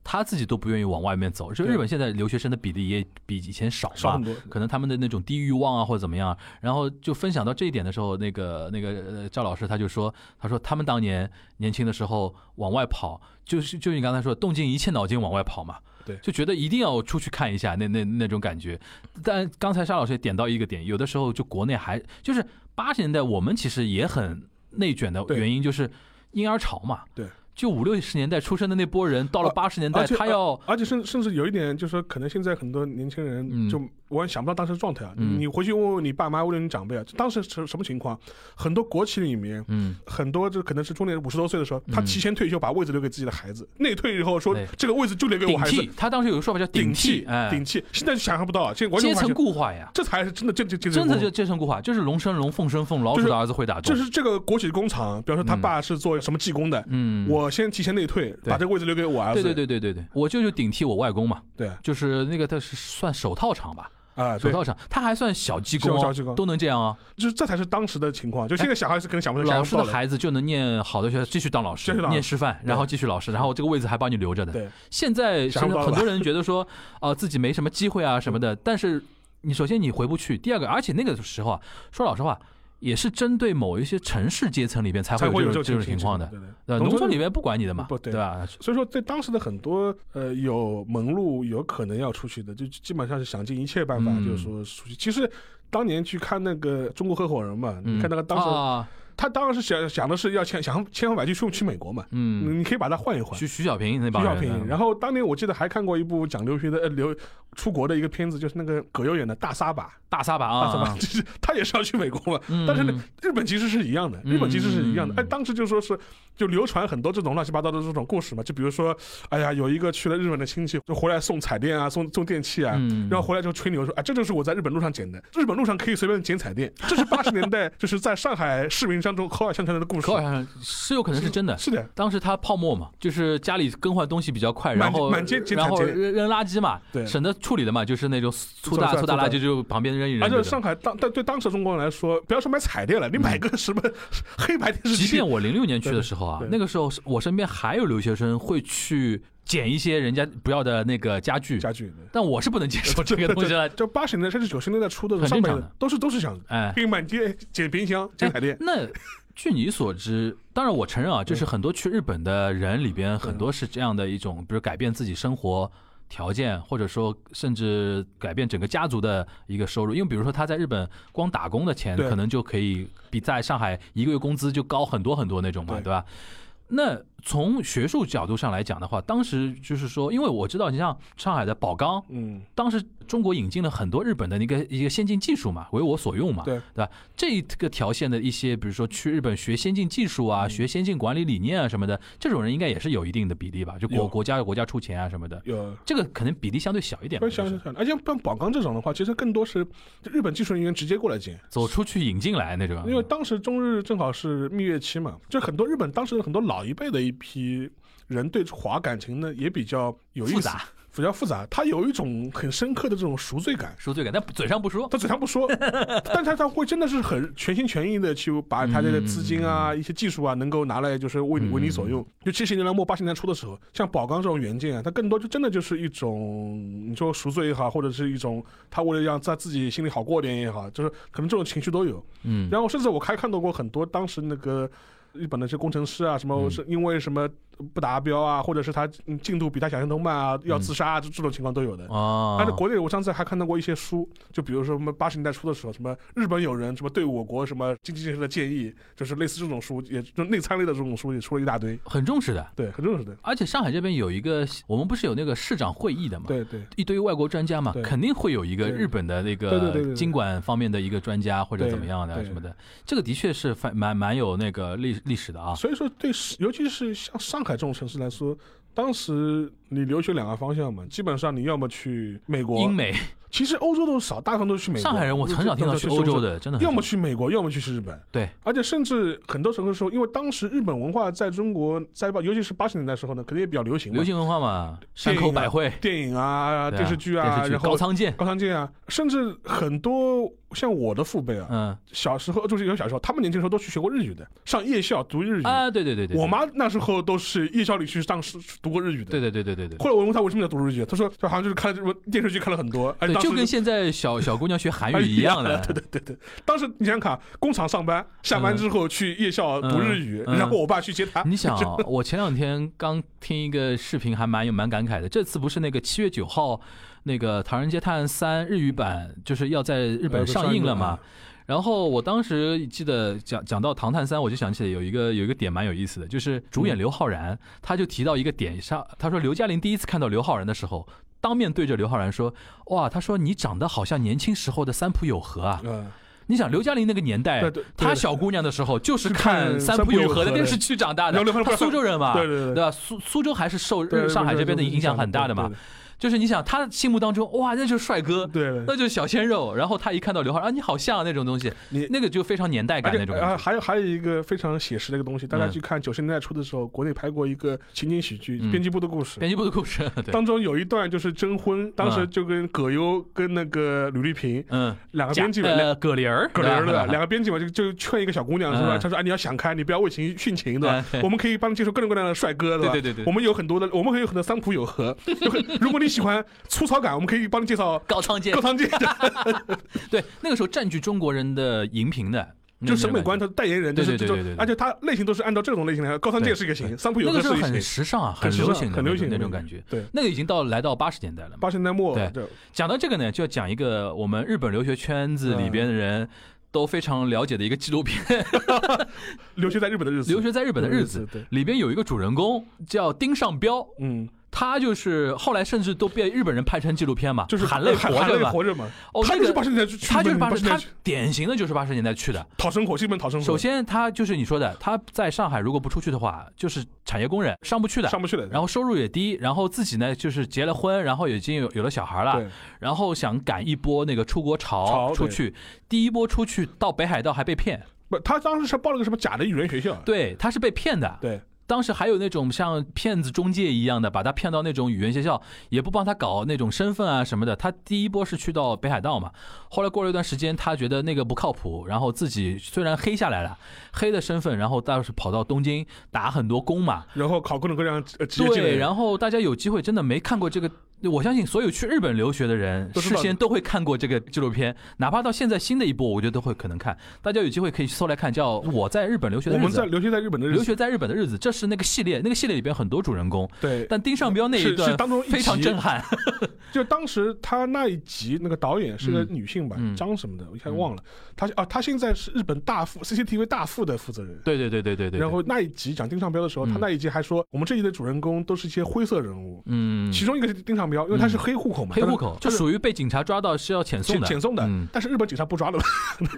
他自己都不愿意往外面走，就对日本现在留学生的比例也比以前少嘛，少很多。可能他们的那种低欲望啊，或者怎么样，然后就分享到这一点的时候，那个那个呃赵老师他就说，他说他们当年年轻的时候往外跑，就是就你刚才说，动尽一切脑筋往外跑嘛，对就觉得一定要出去看一下，那那那种感觉。但刚才沙老师也点到一个点，有的时候就国内还就是八十年代，我们其实也很内卷的对原因就是婴儿潮嘛，对。就五六十年代出生的那波人，到了而八十年代，而且他要而且甚甚至有一点，就是说，可能现在很多年轻人嗯就我也想不到当时的状态啊。嗯你回去问问你爸妈，问问你长辈啊，当时是什么情况？很多国企里面，嗯，很多就可能是中年五十多岁的时候，嗯他提前退休，把位置留给自己的孩子。内退以后说对，这个位置就留给我顶孩子，替。他当时有个说法叫顶替，哎，顶替。现在就想象不到啊，现在完全阶无法想层固化呀。这才是真的真真真的就就阶层固化，就是龙生龙，凤生凤，老鼠就是的儿子会打洞。就是这个国企工厂，比方说他嗯爸是做什么技工的，嗯，我先提前内退，把这个位置留给我儿子。对对对对对对，我舅舅顶替我外公嘛，对就是那个他是算手套厂吧，啊，手对，套厂，他还算小技工、小哦技工，都能这样啊。就是这才是当时的情况。就现在小孩是可能想不到哎老师的想不到孩子就能念好的学校，继续当老继续师当，老师念师范，然后继续老师，然后这个位置还帮你留着的。对，现在其实想不到了很多人觉 得说，啊、自己没什么机会啊什么的，但是你首先你回不去，第二个，而且那个时候啊，说老实话。也是针对某一些城市阶层里面才才会会有有这种这这种情况的，对对呃，农农村村里面不管你的嘛，不对吧？所以说，在当时的很多呃有门路、有可能要出去的，就基本上是想尽一切办法，嗯就是说出去。其实当年去看那个《中国合伙人》嘛，嗯你看那个当时、啊，他当然是想想的是要千想千方百计去去美国嘛，嗯，你可以把它换一换。徐徐小平那帮徐人小，平，嗯然后当年我记得还看过一部讲留学的、呃、留出国的一个片子，就是那个葛优演的《大撒把》，大撒把大撒把啊， 就是他也是要去美国嘛，嗯但是呢，日本其实是一样的，嗯日本其实是一样的。嗯哎，当时就说是就流传很多这种乱七八糟的这种故事嘛，就比如说，哎呀，有一个去了日本的亲戚，就回来送彩电啊，送送电器啊。嗯，然后回来就吹牛说啊，这就是我在日本路上捡的。日本路上可以随便捡彩电，这是八十年 代就是在上海市民当中口耳相传的故事可。好像是有可能是真的。是的，当时他泡沫嘛，就是家里更换东西比较快，满然后满街捡然后捡捡扔扔垃圾嘛，对省得处理的嘛，就是那种粗大粗大粗大垃粗圾就旁边扔一而扔且就上行。海当但对当时中国人来说，不要说买彩电了，你买个什么 黑白电视嗯即机便，我零六年去的时候啊对，对那个时候是我身边还有留学生会去捡一些人家不要的那个家具，家具，但我是不能接受这个东西的。就八十年代甚至九十年代初的很上正半常年的都是都是想哎，可以满街捡冰箱、捡彩电，那据你所知，当然我承认啊，就是很多去日本的人里边，很多是这样的一种，比如改变自己生活条件，或者说甚至改变整个家族的一个收入。因为比如说他在日本光打工的钱，对可能就可以比在上海一个月工资就高很多很多那种嘛，对对吧？那从学术角度上来讲的话，当时就是说，因为我知道你像上海的宝钢，嗯，当时中国引进了很多日本的那个一个先进技术嘛，为我所用嘛，对吧？这个条线的一些，比如说去日本学先进技术啊、嗯学先进管理理念啊什么的，这种人应该也是有一定的比例吧？就有国国家国家出钱啊什么的，有。这个可能比例相对小一点吧，不是想就是想想，而且像宝钢这种的话，其实更多是日本技术人员直接过来捡，走出去引进来那种。啊因为当时中日正好是蜜月期嘛，就很多日本当时很多老一辈的一批人对华感情呢也比较有意思复杂，比较复杂，他有一种很深刻的这种赎罪感。赎罪感，但嘴上不说。他嘴上不 说，但他他会真的是很全心全意的去把他的资金啊、嗯一些技术啊，能够拿来就是为你为你所用。就七十年代末八十年代初的时候，像宝钢这种原件啊，它更多就真的就是一种你说赎罪也好，或者是一种他为了让在自己心里好过点也好，就是可能这种情绪都有。嗯，然后甚至我还看到过很多当时那个。日本的这些工程师啊，什么嗯是因为什么不达标啊，或者是他嗯进度比他想象中慢啊，嗯要自杀啊，这这种情况都有的。啊，但是国内我上次还看到过一些书，就比如说什么八十年代初的时候，什么日本友人什么对我国什么经济建设的建议，就是类似这种书，也就内参类的这种书也出了一大堆，很重视的。对，很重视的。而且上海这边有一个，我们不是有那个市长会议的嘛？对对一堆外国专家嘛对，肯定会有一个对日本的对那对对对个对经管方面的一个专家或者对怎么样的对什么的，这个的确是反蛮蛮有那个历历史的啊。所以说对，尤其是像上海这种城市来说，当时你留学两个方向嘛，基本上你要么去美国，英美其实欧洲都少，大部分都是去美国。上海人，我很少听到去欧洲的，的，真的很少要么去美国，要么去日本。对而且甚至很多时候说，因为当时日本文化在中国，在尤其是八十年代的时候呢，可能也比较流行嘛。流行文化嘛，山口百惠、电影啊、对电视剧啊，电视然后高仓健，高仓健啊，甚至很多像我的父辈啊，嗯小时候就是有小时候，他们年轻时候都去学过日语的，上夜校读日语。啊，对对对对，我妈那时候都是夜校里去上是读过日语的。对对对对对对。后来我问她为什么要读日语，她说就好像就是看了这种电视剧看了很多，哎，对，当时就跟现在小小姑娘学韩哎语一样的，对对对对。当时你想想看，工厂上班，下班之后去夜校读日语，嗯嗯然后我爸去接他。 你想就啊，我前两天刚听一个视频，还蛮有蛮感慨的。这次不是那个七月九号，那个《唐人街探案三》日语版就是要在日本呃上映了嘛？然后我当时记得讲讲到《唐探三》，我就想起来有一个有一个点蛮有意思的，就是主演刘昊然，他就提到一个点上，他说刘嘉玲第一次看到刘昊然的时候，当面对着刘昊然说：“哇，他说你长得好像年轻时候的三浦友和啊！”嗯，你想刘嘉玲那个年代对对，她对小姑娘的时候就是是看看三三浦浦友友和和的的电视剧长大然的后刘，她苏州人嘛，对对对对吧？苏苏州还是受日对上海这边的影响很大的嘛。。就是你想她的心目当中，哇，那就是帅哥，对对对对，那就是小鲜肉，然后她一看到刘昊然，啊，你好像啊那种东西，你那个就非常年代感那而且种啊，感觉。还有还有一个非常写实的一个东西，大家嗯去看九十年代初的时候，国内拍过一个情景喜剧嗯《编辑部的故事》。编辑部的故事，对，当中有一段就是征婚，当时嗯就跟葛优跟那个吕丽萍嗯，两个贾啊编辑们，呃葛玲儿，葛玲儿对对吧吧？两个编辑嘛，就就劝一个小姑娘是吧？嗯他说：“哎，你要想开，你不要为情殉情，对吧 嗯？我们可以帮你接受各种各样的帅哥，吧？对对对对我们有很多的，我们可以有很多三浦友和。有很如果你喜欢粗糙感，我们可以帮你介 绍高仓健高，仓健，对，那个时候占据中国人的荧屏的，那就种审美感觉观，他代言人，就对是嗯对这对对种对，对而且他类型都是按照这种类型来。高仓健是一个型，三浦友那个和时是候一很型，时尚啊，很时流尚行的很那流行种那的种那感觉。对那个已经到来到八十年代了嘛。八十年代末，对对讲到这个呢，就要讲一个我们日本留学圈子里边的人都非常了解的一个纪录片 《留学在日本的日子，留学在日本的日子》，对，里边有一个主人公叫丁尚彪，嗯，他就是后来甚至都被日本人拍成纪录片嘛，就是含泪含活着泪嘛。活着嘛。哦，他那就是个八十年代去，他就是去八八十，年他代去典型的就是八十年代去的。讨生活，基本讨生活，首先，他就是你说的，他在上海如果不出去的话，就是产业工人，上不去的。上不去的。然后收入也低，然后自己呢就是结了婚，然后已经有有了小孩了，对，然后想赶一波那个出国潮潮出对去，第一波出去到北海道还被骗，不，他当时是报了个什么假的语言学校，对，他是被骗的。对当时还有那种像骗子中介一样的，把他骗到那种语言学校，也不帮他搞那种身份啊什么的。他第一波是去到北海道嘛，后来过了一段时间，他觉得那个不靠谱，然后自己虽然黑下来了，黑的身份，然后倒是跑到东京打很多工嘛，然后考各种各样呃职业技对，能，然后大家有机会真的没看过这个，我相信所有去日本留学的人都知事道的先都会看过这个纪录片，哪怕到现在新的一部，我觉得都会可能看。大家有机会可以搜来看，叫《我在日本留学我的日们子在》。留学在日本的日留子，学在日本的日子，这是那个系列，那个系列里边很多主人公，对，但丁尚彪那一是段是当中一集非常震撼。 就当时他那一集那个导演是个嗯女性吧嗯，张什么的，我一下忘了，她啊，她现在是日本大副 CCTV 大副的负责人。对对对对对对。然后那一集讲丁尚彪的时候，嗯他那一集还说，我们这一集的主人公都是一些灰色人物，嗯，其中一个是丁尚彪，因为他是黑户口嘛，黑他是户口他就是属于被警察抓到是要遣送 遣的，遣送的嗯，但是日本警察不抓的，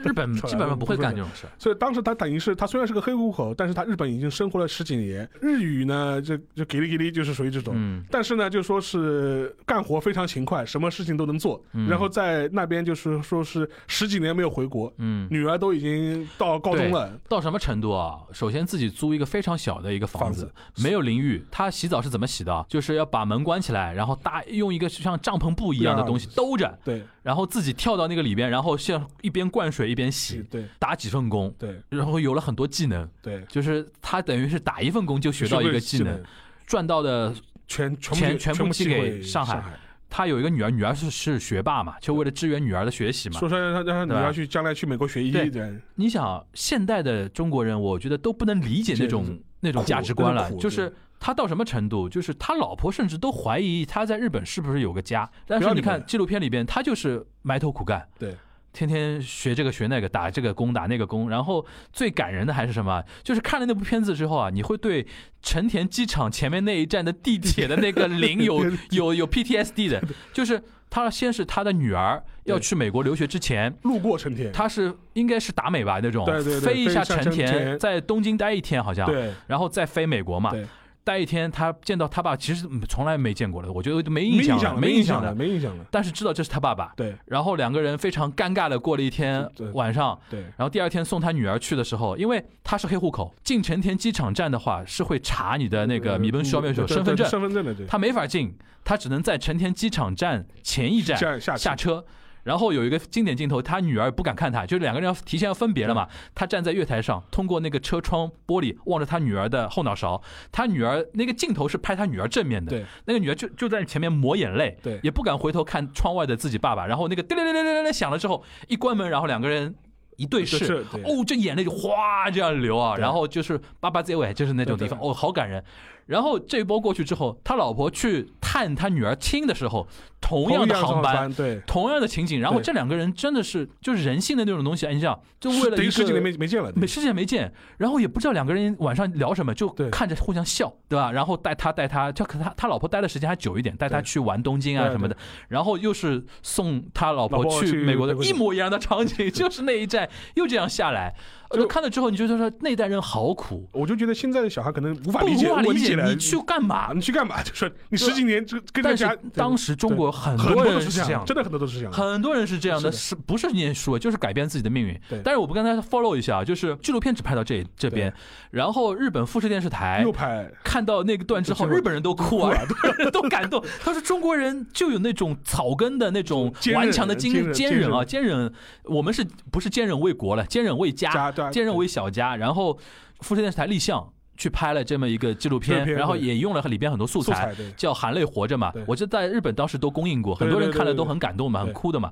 日本基本上不会干这种事。 所以当时他等于是他虽然是个黑户口，但是他日本已经生活了十几年，日语呢就就给力给力，就是属于这种。嗯但是呢，就说是干活非常勤快，什么事情都能做。嗯然后在那边就是说是十几年没有回国，嗯。女儿都已经到高中了，到什么程度啊？首先自己租一个非常小的一个房子，房没有淋浴。他洗澡是怎么洗的啊？就是要把门关起来，然后搭用一个像帐篷布一样的东西兜着，对然后自己跳到那个里边，然后像一边灌水一边洗，对打几份工，对然后有了很多技能。对，就是他等于是打一份工就学到一个技能，，赚到的全全全全全部部寄寄给回上海上海，他有一个女儿，女儿是是学霸嘛，就为了支援女儿的学习嘛。说说让让女对吧儿去将来去美国学医对的，你想，现代的中国人，我觉得都不能理解那种那种苦价值观了那，种苦就是他到什么程度？就是他老婆甚至都怀疑他在日本是不是有个家。但不是要你理看他纪录片里边，他就是埋头苦干，对，天天学这个学那个，打这个工打那个工。然后最感人的还是什么？就是看了那部片子之后啊，你会对成田机场前面那一站的地铁的那个铃 有有有 PTSD 的，就是他先是他的女儿要对去美国留学之前。路过成田，他是应该是达美吧那种，对对对飞一飞下一下成成田，田在东京待一天好像，对然后再飞美国嘛对。待一天，他见到他爸，其实嗯从来没见过的，我觉得都没没印印象象了，了，没印象了，的。没印象了，但是知道这是他爸爸，对然后两个人非常尴尬的过了一天对对晚上。对，然后第二天送他女儿去的时候，因为他是黑户口，进成田机场站的话是会查你的那个米本消灭手呃对身份对证对，身份证的对，他没法进，他只能在成田机场站前一站下下下去车。然后有一个经典镜头，他女儿不敢看他，就是两个人要提前要分别了嘛。他站在月台上，通过那个车窗玻璃望着他女儿的后脑勺。他女儿那个镜头是拍他女儿正面的，对那个女儿就就在前面抹眼泪，对也不敢回头看窗外的自己爸爸。然后那个叮铃铃铃铃铃响了之后，一关门，然后两个人一对视，对对哦，这眼泪就哗这样流啊。对然后就是爸爸 Z 尾，就是那种地对对方，哦，好感人。然后这一波过去之后，他老婆去探他女儿亲的时候，同样的航上班，班，对，同样的情景，然后对这两个人真的是就是人性的那种东西，哎你想，就为了等一于十几个年没没见了，对没世界没见，然后也不知道两个人晚上聊什么，就对看着互相笑，对吧？然后带他带他，他可他他老婆待的时间还久一点，带他对去玩东京啊对什么的，然后又是送他老老婆婆去去美国的美国一模一样 的场景，就是那一站又这样下来，呃就看了之后你就觉得说那代人好苦，我就觉得现在的小孩可能无法不理解，无法我理解了你去干嘛啊，？你去干嘛？就 说你十几年这跟在但家是，当时中国很很多人都是这这样样，，真的很多都是这样，很多人是这样的，嗯是的是不是念书就是改变自己的命运对？但是我不跟大家 follow 一下，就是纪录片只拍到这这边，然后日本富士电视台又拍看到那个段之后，就是日本人都哭啊，日本 人都感动。他说中国人就有那种草根的那种 坚韧顽强的坚坚韧坚韧啊，坚韧。我们是不是坚韧为国了？坚韧为家，家对啊坚韧为小家。然后富士电视台立项去拍了这么一个纪录纪片，录片然后对也用了里边很多素素材材，对叫《含泪活着》嘛对，我记得在日本当时都公映过，对很多人对对看了对都对很感动嘛，很对哭的嘛。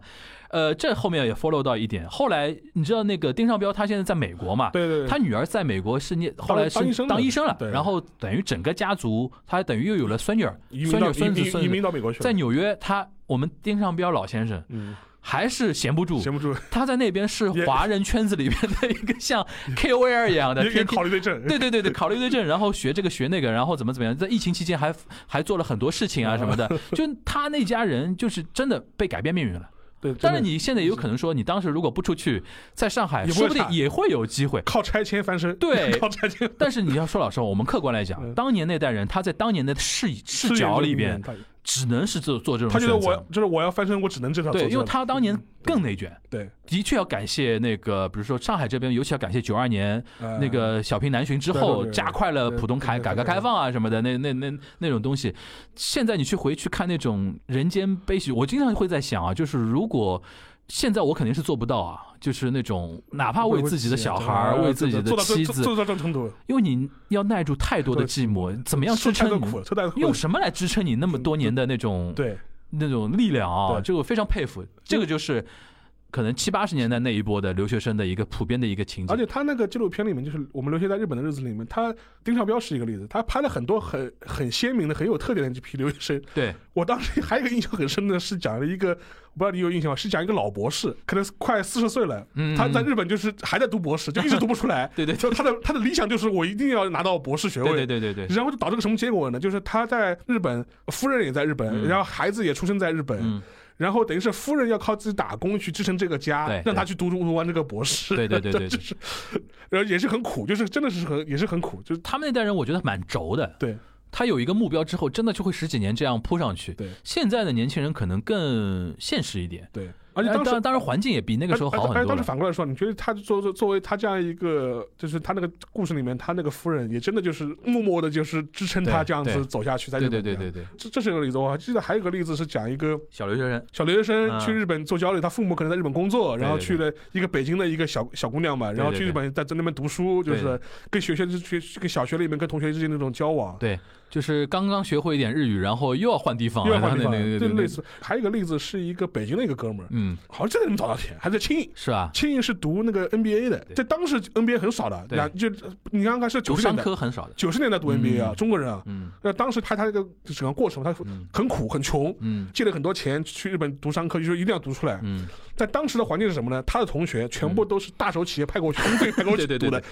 呃，这后面也 follow 到一点，后来你知道那个丁尚彪他现在在美国嘛，对对对，他女儿在美国是念，后来是当医生的当医生了，对然后等于整个家族，他等于又有了孙女儿移、民孙女到儿、孙移子、民移孙子。民到美国去了，在纽约，他我们丁尚彪老先生嗯，还是闲不住，闲 不住，他在那边是也华人圈子里面的一个像 KOL 一样的，也也天天考虑对 症，对对对对，考虑对症，然后学这个学那个，然后怎么怎么样，在疫情期间还还做了很多 事情啊什么的，就他那家人就是真的被改变命运了。对，当真的然，你现在也有可能说，你当时如果不出去，在上海，也不说会不定差也会有 机会。靠拆迁翻身，对 靠拆迁但是你要说老实话，我们客观来讲，嗯当年那代人他在当年的视视角里边，，只能是做做这种他觉选得择。我就是我要翻身，我只能这嗯条对，因为他他当年更内卷，对的确要感谢那个，比如说上海这边，尤其要感谢九二年呃那个小平南巡之对对后，对对加快了浦东对对改对改革开放啊什么的，那那那那种东西。现在你去回去看那种人间悲喜，我经常会在想啊，就是如果现在我肯定是做不到啊，就是那种哪怕为自己的小孩儿、对对对为自己的呃做到妻子，做到这种程度，因为你要耐住太多的寂寞，怎么样支吃太多苦撑你？了，吃太多苦了，用什么来支撑你那么多年的那种对那种力量啊？对这个我非常佩服。这个就是可能七八十年代那一波的留学生的一个普遍的一个情景而。且他那个纪录片里面，就是我们留学在日本的日子里面，他丁尚彪是一个例子，他拍了很多很很鲜明的、很有特点的这批留学生。对，我当时 还有一个印象很深的是讲了一个，我不知道你有印象吗？啊是讲一个老博士，可能快四十岁了，嗯他在日本就是还在读博士，就一直读不出来 。对对就他的他的理想就是我一定要拿到博士学位。对对对对对。然后就导致个什么结果呢？就是他在日本，夫人也在日本，嗯然后孩子也出生在日本，嗯然后等于是夫人要靠自己打工去支撑这个家对，让他对去读读完这个博士。对对对对对 就是，然后也是很苦，就是真的是很也是很苦，就是他们那代人我觉得蛮轴的，对他有一个目标之后，真的就会十几年这样扑上去。对现在的年轻人可能更现实一点，对，而且当时哎当。当然环境也比那个时候好而而很且多当时了。反过来说，你觉得他作作作为他这样一个，就是他那个故事里面，他那个夫人也真的就是默默的，就是支撑他对这样对子走下去，在对日本对对这样对对，这这是一个例子。我还记得还有一个例子是讲一个小留学生，小留学生嗯去日本做交流，他父母可能在日本工作，对然后对去了一个北京的一个小小姑娘嘛，然后去日本在在那边读书，就对是跟学校学跟小学里面跟同学之间那种交往。对，就是刚刚学会一点日语，然后又要换地方，又要换地方然后那，就那类，似。还有一个例子是一个北京的一个哥们儿，那嗯，好像这个人早稻田还在庆应，是啊，庆应是读那个 NBA 的，对在当时 NBA 很少的，对然就你刚开始九读十商年代，科很少的，九十年代读 NBA 啊，嗯中国人啊，嗯那当时他他这个整个过程，他嗯很苦很穷，嗯借了很多钱去日本读商科，就说一定要读出来。嗯，在当时的环境是什么呢？他的同学全部都是大手企业派过去，公费派 过去对对读对的，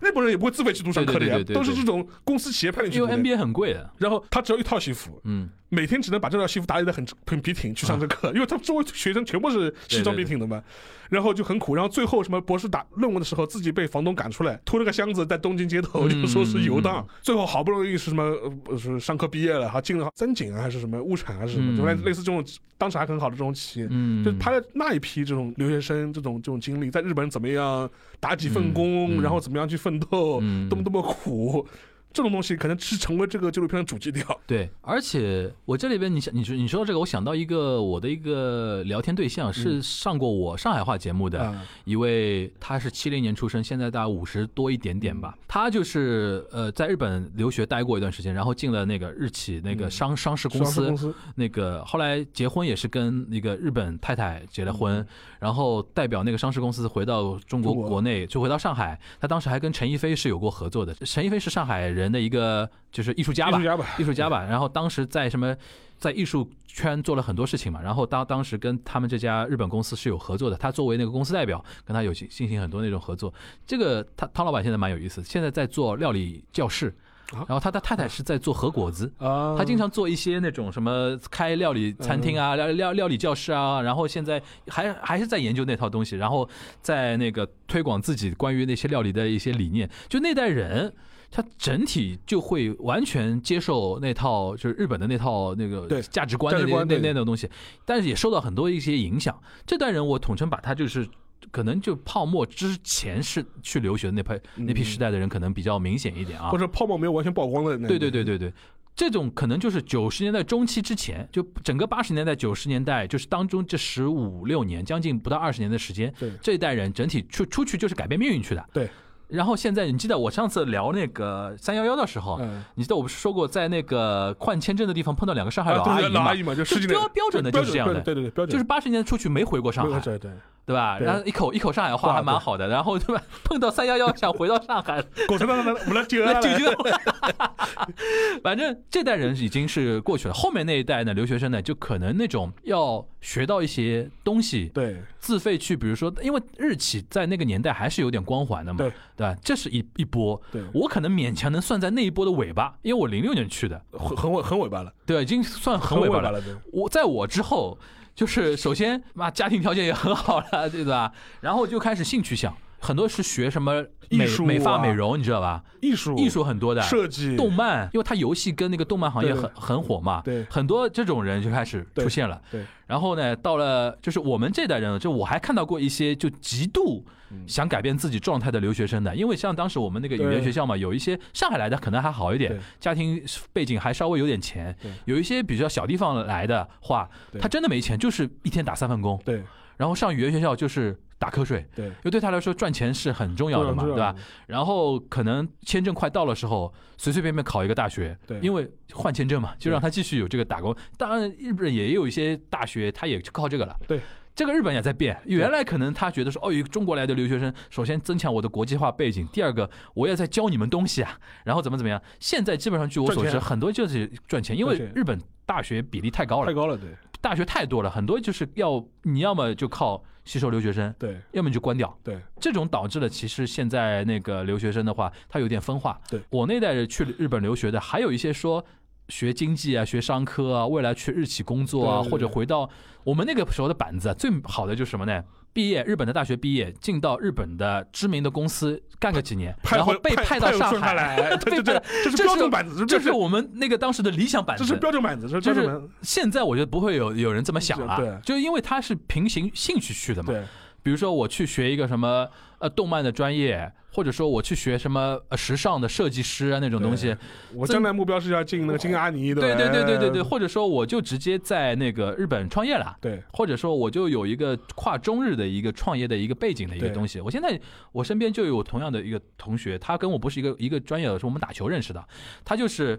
那帮人也不会自费去读商科的呀对对对对，对都是这种公司企业派你去因读为的。 NBA 很贵的，然后他只有一套西服，嗯，每天只能把这套西服打理的很很笔挺去上这啊课，因为他们周围学生全部是西装笔挺的嘛，然后就很苦。然后最后什么博士打论文的时候，自己被房东赶出来，拖了个箱子在东京街头，嗯就说是游荡。最后好不容易是什么呃是商科毕业了，还进了三井啊还是什么物产啊还是什么，嗯就类类似这种当时还很好的这种企业。嗯，就他的那一批这种留学生这种这种经历，在日本怎么样打几份嗯工，嗯然后怎么样去奋斗，嗯多么多么苦，这种东西可能是成为这个纪录片的主基调。对，而且我这里边你想，你说你说到这个，我想到一个我的一个聊天对象是上过我上海话节目的啊一位，他是七零年出生，现在大概五十多一点点吧。他就是呃在日本留学待过一段时间，然后进了那个日企那个嗯商上市公上市司公，司那个后来结婚也是跟那个日本太太结了婚，然后代表那个上市公司回到中国中国国内，就回到上海。他当时还跟陈逸飞是有过合作的，陈逸飞是上海人的一个就是艺术家艺吧术，家吧，艺术家吧。然后当时在什么，在艺术圈做了很多事情嘛。然后当当时跟他们这家日本公司是有合作的，他作为那个公司代表，跟他有进进行很多那种合作。这个他汤老板现在蛮有意思，现在在做料理教室，啊然后他的太太是在做和果子。啊他经常做一些那种什么开料理餐厅嗯啊、料料料理教室啊，然后现在还还是在研究那套东西，然后在那个推广自己关于那些料理的一些理念。就那代人，他整体就会完全接受那套就是日本的那套那个对价值观价的值那观那对那种东西，但是也受到很多一些影响。这代人我统称把他就是。可能就泡沫之前是去留学的那批那批时代的人，可能比较明显一点嗯啊，或者泡沫没有完全曝光的那个对对对对对，这种可能就是九十年代中期之前，就整个八十年代、九十年代，就是当中这十五六年，将近不到二十年的时间，对这一代人整体出出去就是改变命运去的。对。然后现在，你记得我上次聊那个三幺幺的时候，嗯你记得我不是说过，在那个换签证的地方碰到两个上海啊，对阿对姨老嘛阿？姨嘛，就就十几年标标准的就是这样的对对对，标准就是八十年代出去没回过上海，对对对吧？对然后一口一口上海话哇还蛮好的，然后对吧？碰到三幺幺想回到上海了，对，狗头上的我们来接 那就觉得，啊 反正这代人已经是过去了，后面那一代呢，留学生呢，就可能那种要学到一些东西， 对自费去，比如说，因为日企在那个年代还是有点光环的嘛，对吧？这是一一波，对，我可能勉强能算在那一波的尾巴，因为我零六年去的，很很尾很尾巴了，对吧，已经算很尾尾 巴了。了，对。我在我之后，就是首先嘛，家庭条件也很好了，对吧？然后就开始性取向，很多是学什么美、艺术啊美发美容，你知道吧？艺术艺术很多的，设计动漫，因为它游戏跟那个动漫行业对很很火嘛，对很多这种人就开始出现了。对对然后呢，到了就是我们这代人，就我还看到过一些就极度嗯想改变自己状态的留学生的，因为像当时我们那个语言对学校嘛，有一些上海来的可能还好一点对，家庭背景还稍微有点钱对，有一些比较小地方来的话，对他真的没钱，就是一天打三份工，对然后上语言学校就是打瞌睡。对，因为对他来说赚钱是很重要的嘛，对对吧很重？然后可能签证快到了时候，随随便便考一个大学，对因为换签证嘛，就让他继续有这个打工。当然，日本也有一些大学，他也靠这个了。对。这个日本也在变，原来可能他觉得说，哦，有中国来的留学生，首先增强我的国际化背景，第二个我也在教你们东西啊，然后怎么怎么样。现在基本上据我所赚知，钱很多就是赚钱，因为赚钱日本大学比例太高太了，高了，对大学太多了，很多就是要你要么就靠吸收留学生，对要么你就关掉。对这种导致了其实现在那个留学生的话，他有点分化。对我那代人去日本留学的，还有一些说学经济啊、学商科啊，未来去日企工作啊，对对对或者回到我们那个时候的板子啊，最好的就是什么呢？毕业日本的大学毕业，进到日本的知名的公司干个几年，派然后回被派到派上顺派海， 来，对对对被派到，这是标准板子，这是我们那个当时的理想板这子。是标准板子，这是就标准是板，现在我觉得不会有有人这么想了、对就因为他是凭兴兴趣去的嘛，对比如说我去学一个什么呃动漫的专业，或者说我去学什么呃时尚的设计师啊那种东西，我将来目标是要进那个金阿尼，对吧？对对对对对，对或者说我就直接在那个日本创业了。对或者说，我就有一个跨中日的一个创业的一个背景的一个对东西。我现在我身边就有同样的一个同学，他跟我不是一个一个专业的，是我们打球认识的。他就是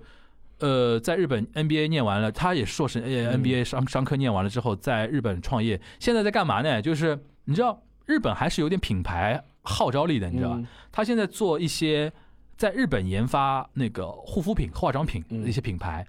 呃，在日本 NBA 念完了，他也硕士呃 NBA 商商科念完了之后，在日本创业，现在在干嘛呢？就是你知道，日本还是有点品牌号召力的，你知道吧？嗯他现在做一些在日本研发那个护肤品、化妆品嗯的一些品牌，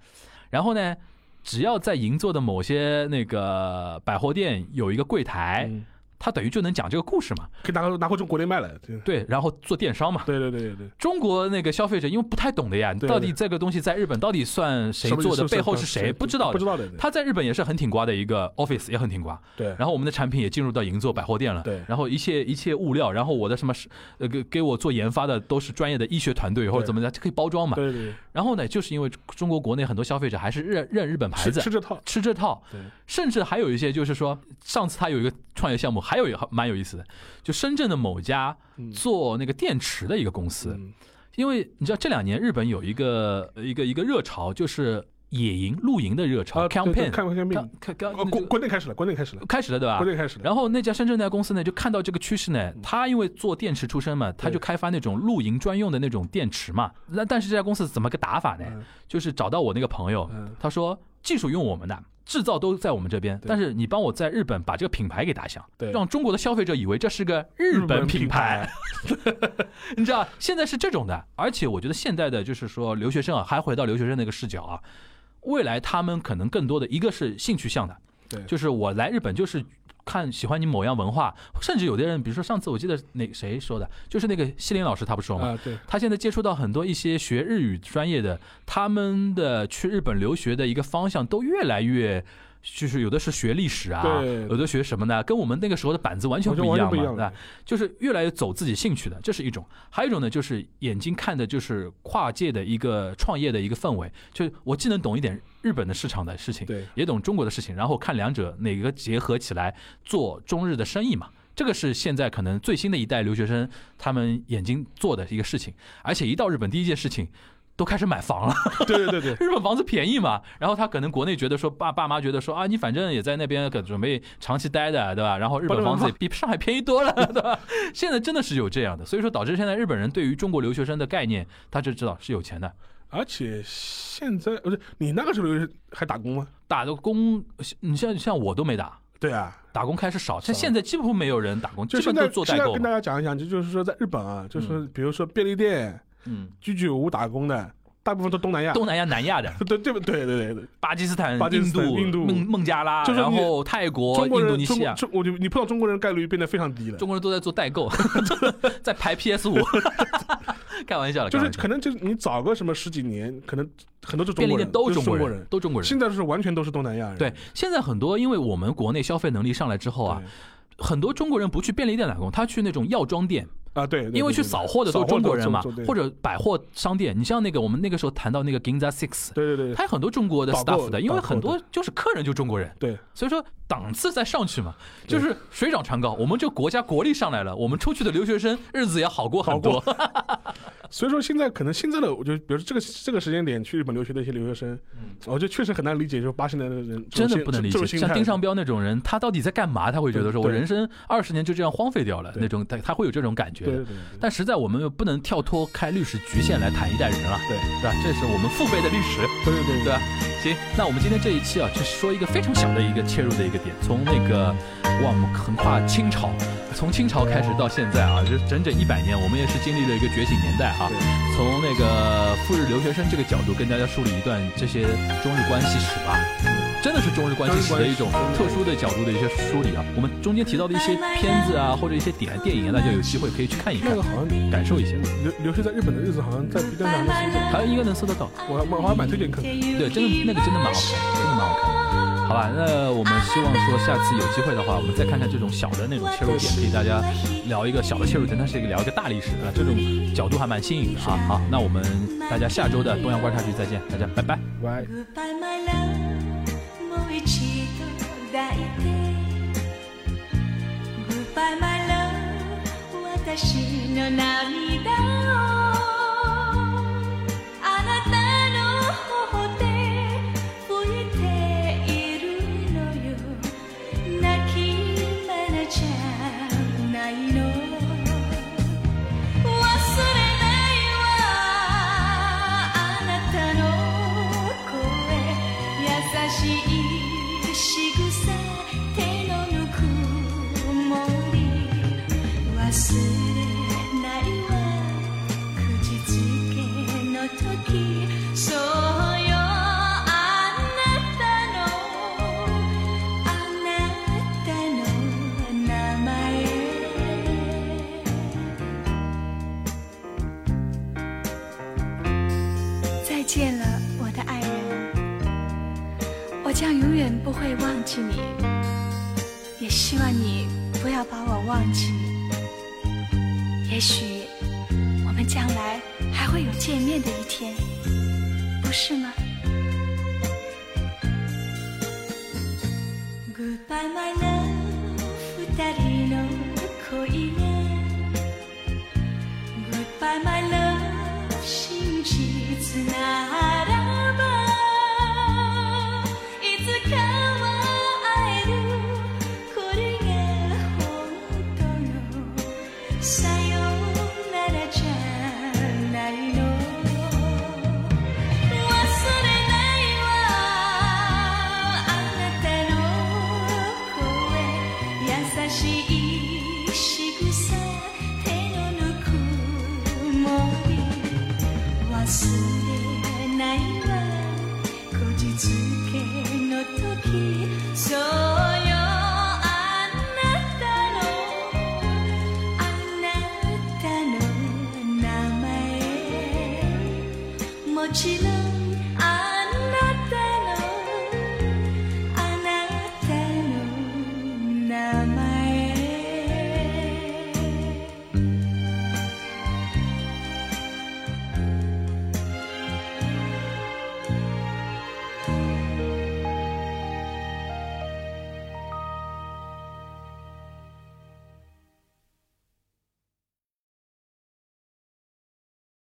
然后呢，只要在银座的某些那个百货店有一个柜台，嗯他等于就能讲这个故事嘛，可以拿拿回中国内卖了。对对，然后做电商嘛。对对对对，中国那个消费者因为不太懂的呀，对到底这个东西在日本到底算谁做的，背后是谁不知不道的知。道的。对他在日本也是很挺瓜的一个 office，也很挺瓜。对，然后我们的产品也进入到银座百货店了，对然后一切一切物料，然后我的什么是呃给给我做研发的都是专业的医学团队或者对怎么的，就可以包装嘛。对对对，然后呢，就是因为中国国内很多消费者还是认认日本牌吃子吃。这套。吃这套，对，甚至还有一些就是说，上次他有一个创业项目，还有一个蛮有意思的，就深圳的某家嗯做那个电池的一个公司，嗯因为你知道这两年日本有一个一个一个热潮，就是野营露营的热潮啊对对 campaign，看 campaign，呃国 campaign 国内开始了，国内开始了，开始了对吧国？内开始了。然后那家深圳那家公司呢，就看到这个趋势呢，嗯他因为做电池出身嘛，他就开发那种露营专用的那种电池嘛。那但是这家公司怎么个打法呢？嗯就是找到我那个朋友，嗯他说技术用我们的，制造都在我们这边，对但是你帮我在日本把这个品牌给打响，对让中国的消费者以为这是个日本品牌， 你知道现在是这种的。而且我觉得现在的就是说留学生啊，还回到留学生那个视角啊，未来他们可能更多的一个是兴趣向的，对就是我来日本就是看喜欢你某样文化，甚至有的人，比如说上次我记得哪谁说的，就是那个西林老师他不说嘛，啊，对，他现在接触到很多一些学日语专业的，他们的去日本留学的一个方向都越来越。就是有的是学历史啊，对有的学什么呢？跟我们那个时候的板子完全完全不一完全样不一嘛，样对吧了。就是越来越走自己兴趣的，这是一种；还有一种呢，就是眼睛看的就是跨界的一个创业的一个氛围，就是我既能懂一点日本的市场的事情，对 也懂中国的事情，然后看两者哪个结合起来做中日的生意嘛。这个是现在可能最新的一代留学生他们眼睛做的一个事情，而且一到日本第一件事情。都开始买房了，对对对对，日本房子便宜嘛，然后他可能国内觉得说爸爸妈觉得说啊，你反正也在那边可准备长期待的，对吧？然后日本房子也比上海便宜多了，对吧？ 现在真的是有这样的，所以说导致现在日本人对于中国留学生的概念，他就知道是有钱的，而且现在不是你那个时候还打工吗？打的工，你像像我都没打，对啊，打工开始少，像少现在几乎没有人打工，就基现本在都做现代在购跟嘛大。家讲一讲，就就是说在日本啊，就是比如说便利店、嗯，居酒屋打工的，大部分都东南亚，东南亚、南亚的，对对不对对对对，巴基斯 坦、巴基斯坦印度、印度孟孟加拉，就是然你后泰国、中国印度人尼中西亚国，中我就你碰到中国人概率变得非常低了。中国人都在做代购， 在排 PS 五， 开玩笑了，就开是玩笑可能就是你早个什么十几年，可能很多是中便利国店人，都就是是中中国人，都中国人。现在是完全都是东南亚人。对，现在很多，因为我们国内消费能力上来之后啊，很多中国人不去便利店打工，他去那种药妆店，啊对，对因为去对对扫货的都是扫中国人嘛都是中，或者百货商店。你像那个我们那个时候谈到那个 Ginza Six，对对对对它有很多中国的导购 staff 的，因为导购很多就是客人就中国人，对所以说档次再上去嘛，就对是水涨船高。我们这国家国力上来了，我们出去的留学生日子也好过很多。所以说现在可能现在的，我就比如说这个这个时间点去日本留学的一些留学生，我觉得确实很难理解，就是八十年代的人真这的种不能理这解，种心态像丁尚彪那种人，他到底在干嘛？他会觉得说，对我对人生二十年就这样荒废掉了，对那种他他会有这种感对对觉。对对但实在我们又不能跳脱开历史局限来谈一代人了，对对吧？这是我们父辈的历史，对对对对吧？行，那我们今天这一期啊，就说一个非常小的一个切入的一个点，从那个哇，我们横跨清朝，从清朝开始到现在啊，就是整整一百年，我们也是经历了一个觉醒年代啊。对从那个赴日留学生这个角度，跟大家梳理一段这些中日关系史吧，真的是中日关系史的一种特殊的角度的一些梳理啊。我们中间提到的一些片子啊，或者一些点电影啊，大家有机会可以去看一那看个，好像感受一下。留留学在日本的日子，好像在 B 站上还能搜还有应该能搜得到，索，我我我还蛮推荐看的。对，真的那个真的蛮好看，真的蛮好看。好吧，那我们希望说下次有机会的话，我们再看看这种小的那种切入点，给大家聊一个小的切入点，但是一个聊一个大历史啊，这种角度还蛮新颖的啊。好，那我们大家下周的东洋观察局再见，大家拜拜。喂。 Goodbye, my love. もう一度抱いて。Goodbye, my love. 私の涙をあなたの頬で拭いているのよ。泣き花じゃないの。忘れないわあなたの远不会忘记你，也希望你不要把我忘记。也许我们将来还会有见面的一天，不是吗？Goodbye my love，二人の恋ね。Goodbye my love，真実ならばいつかは会えるこれが本当のさよならじゃないの忘れないわあなたの声優しい仕草手のぬくもり忘れないわこじつけの時そうよあなたのあなたの名前もちろん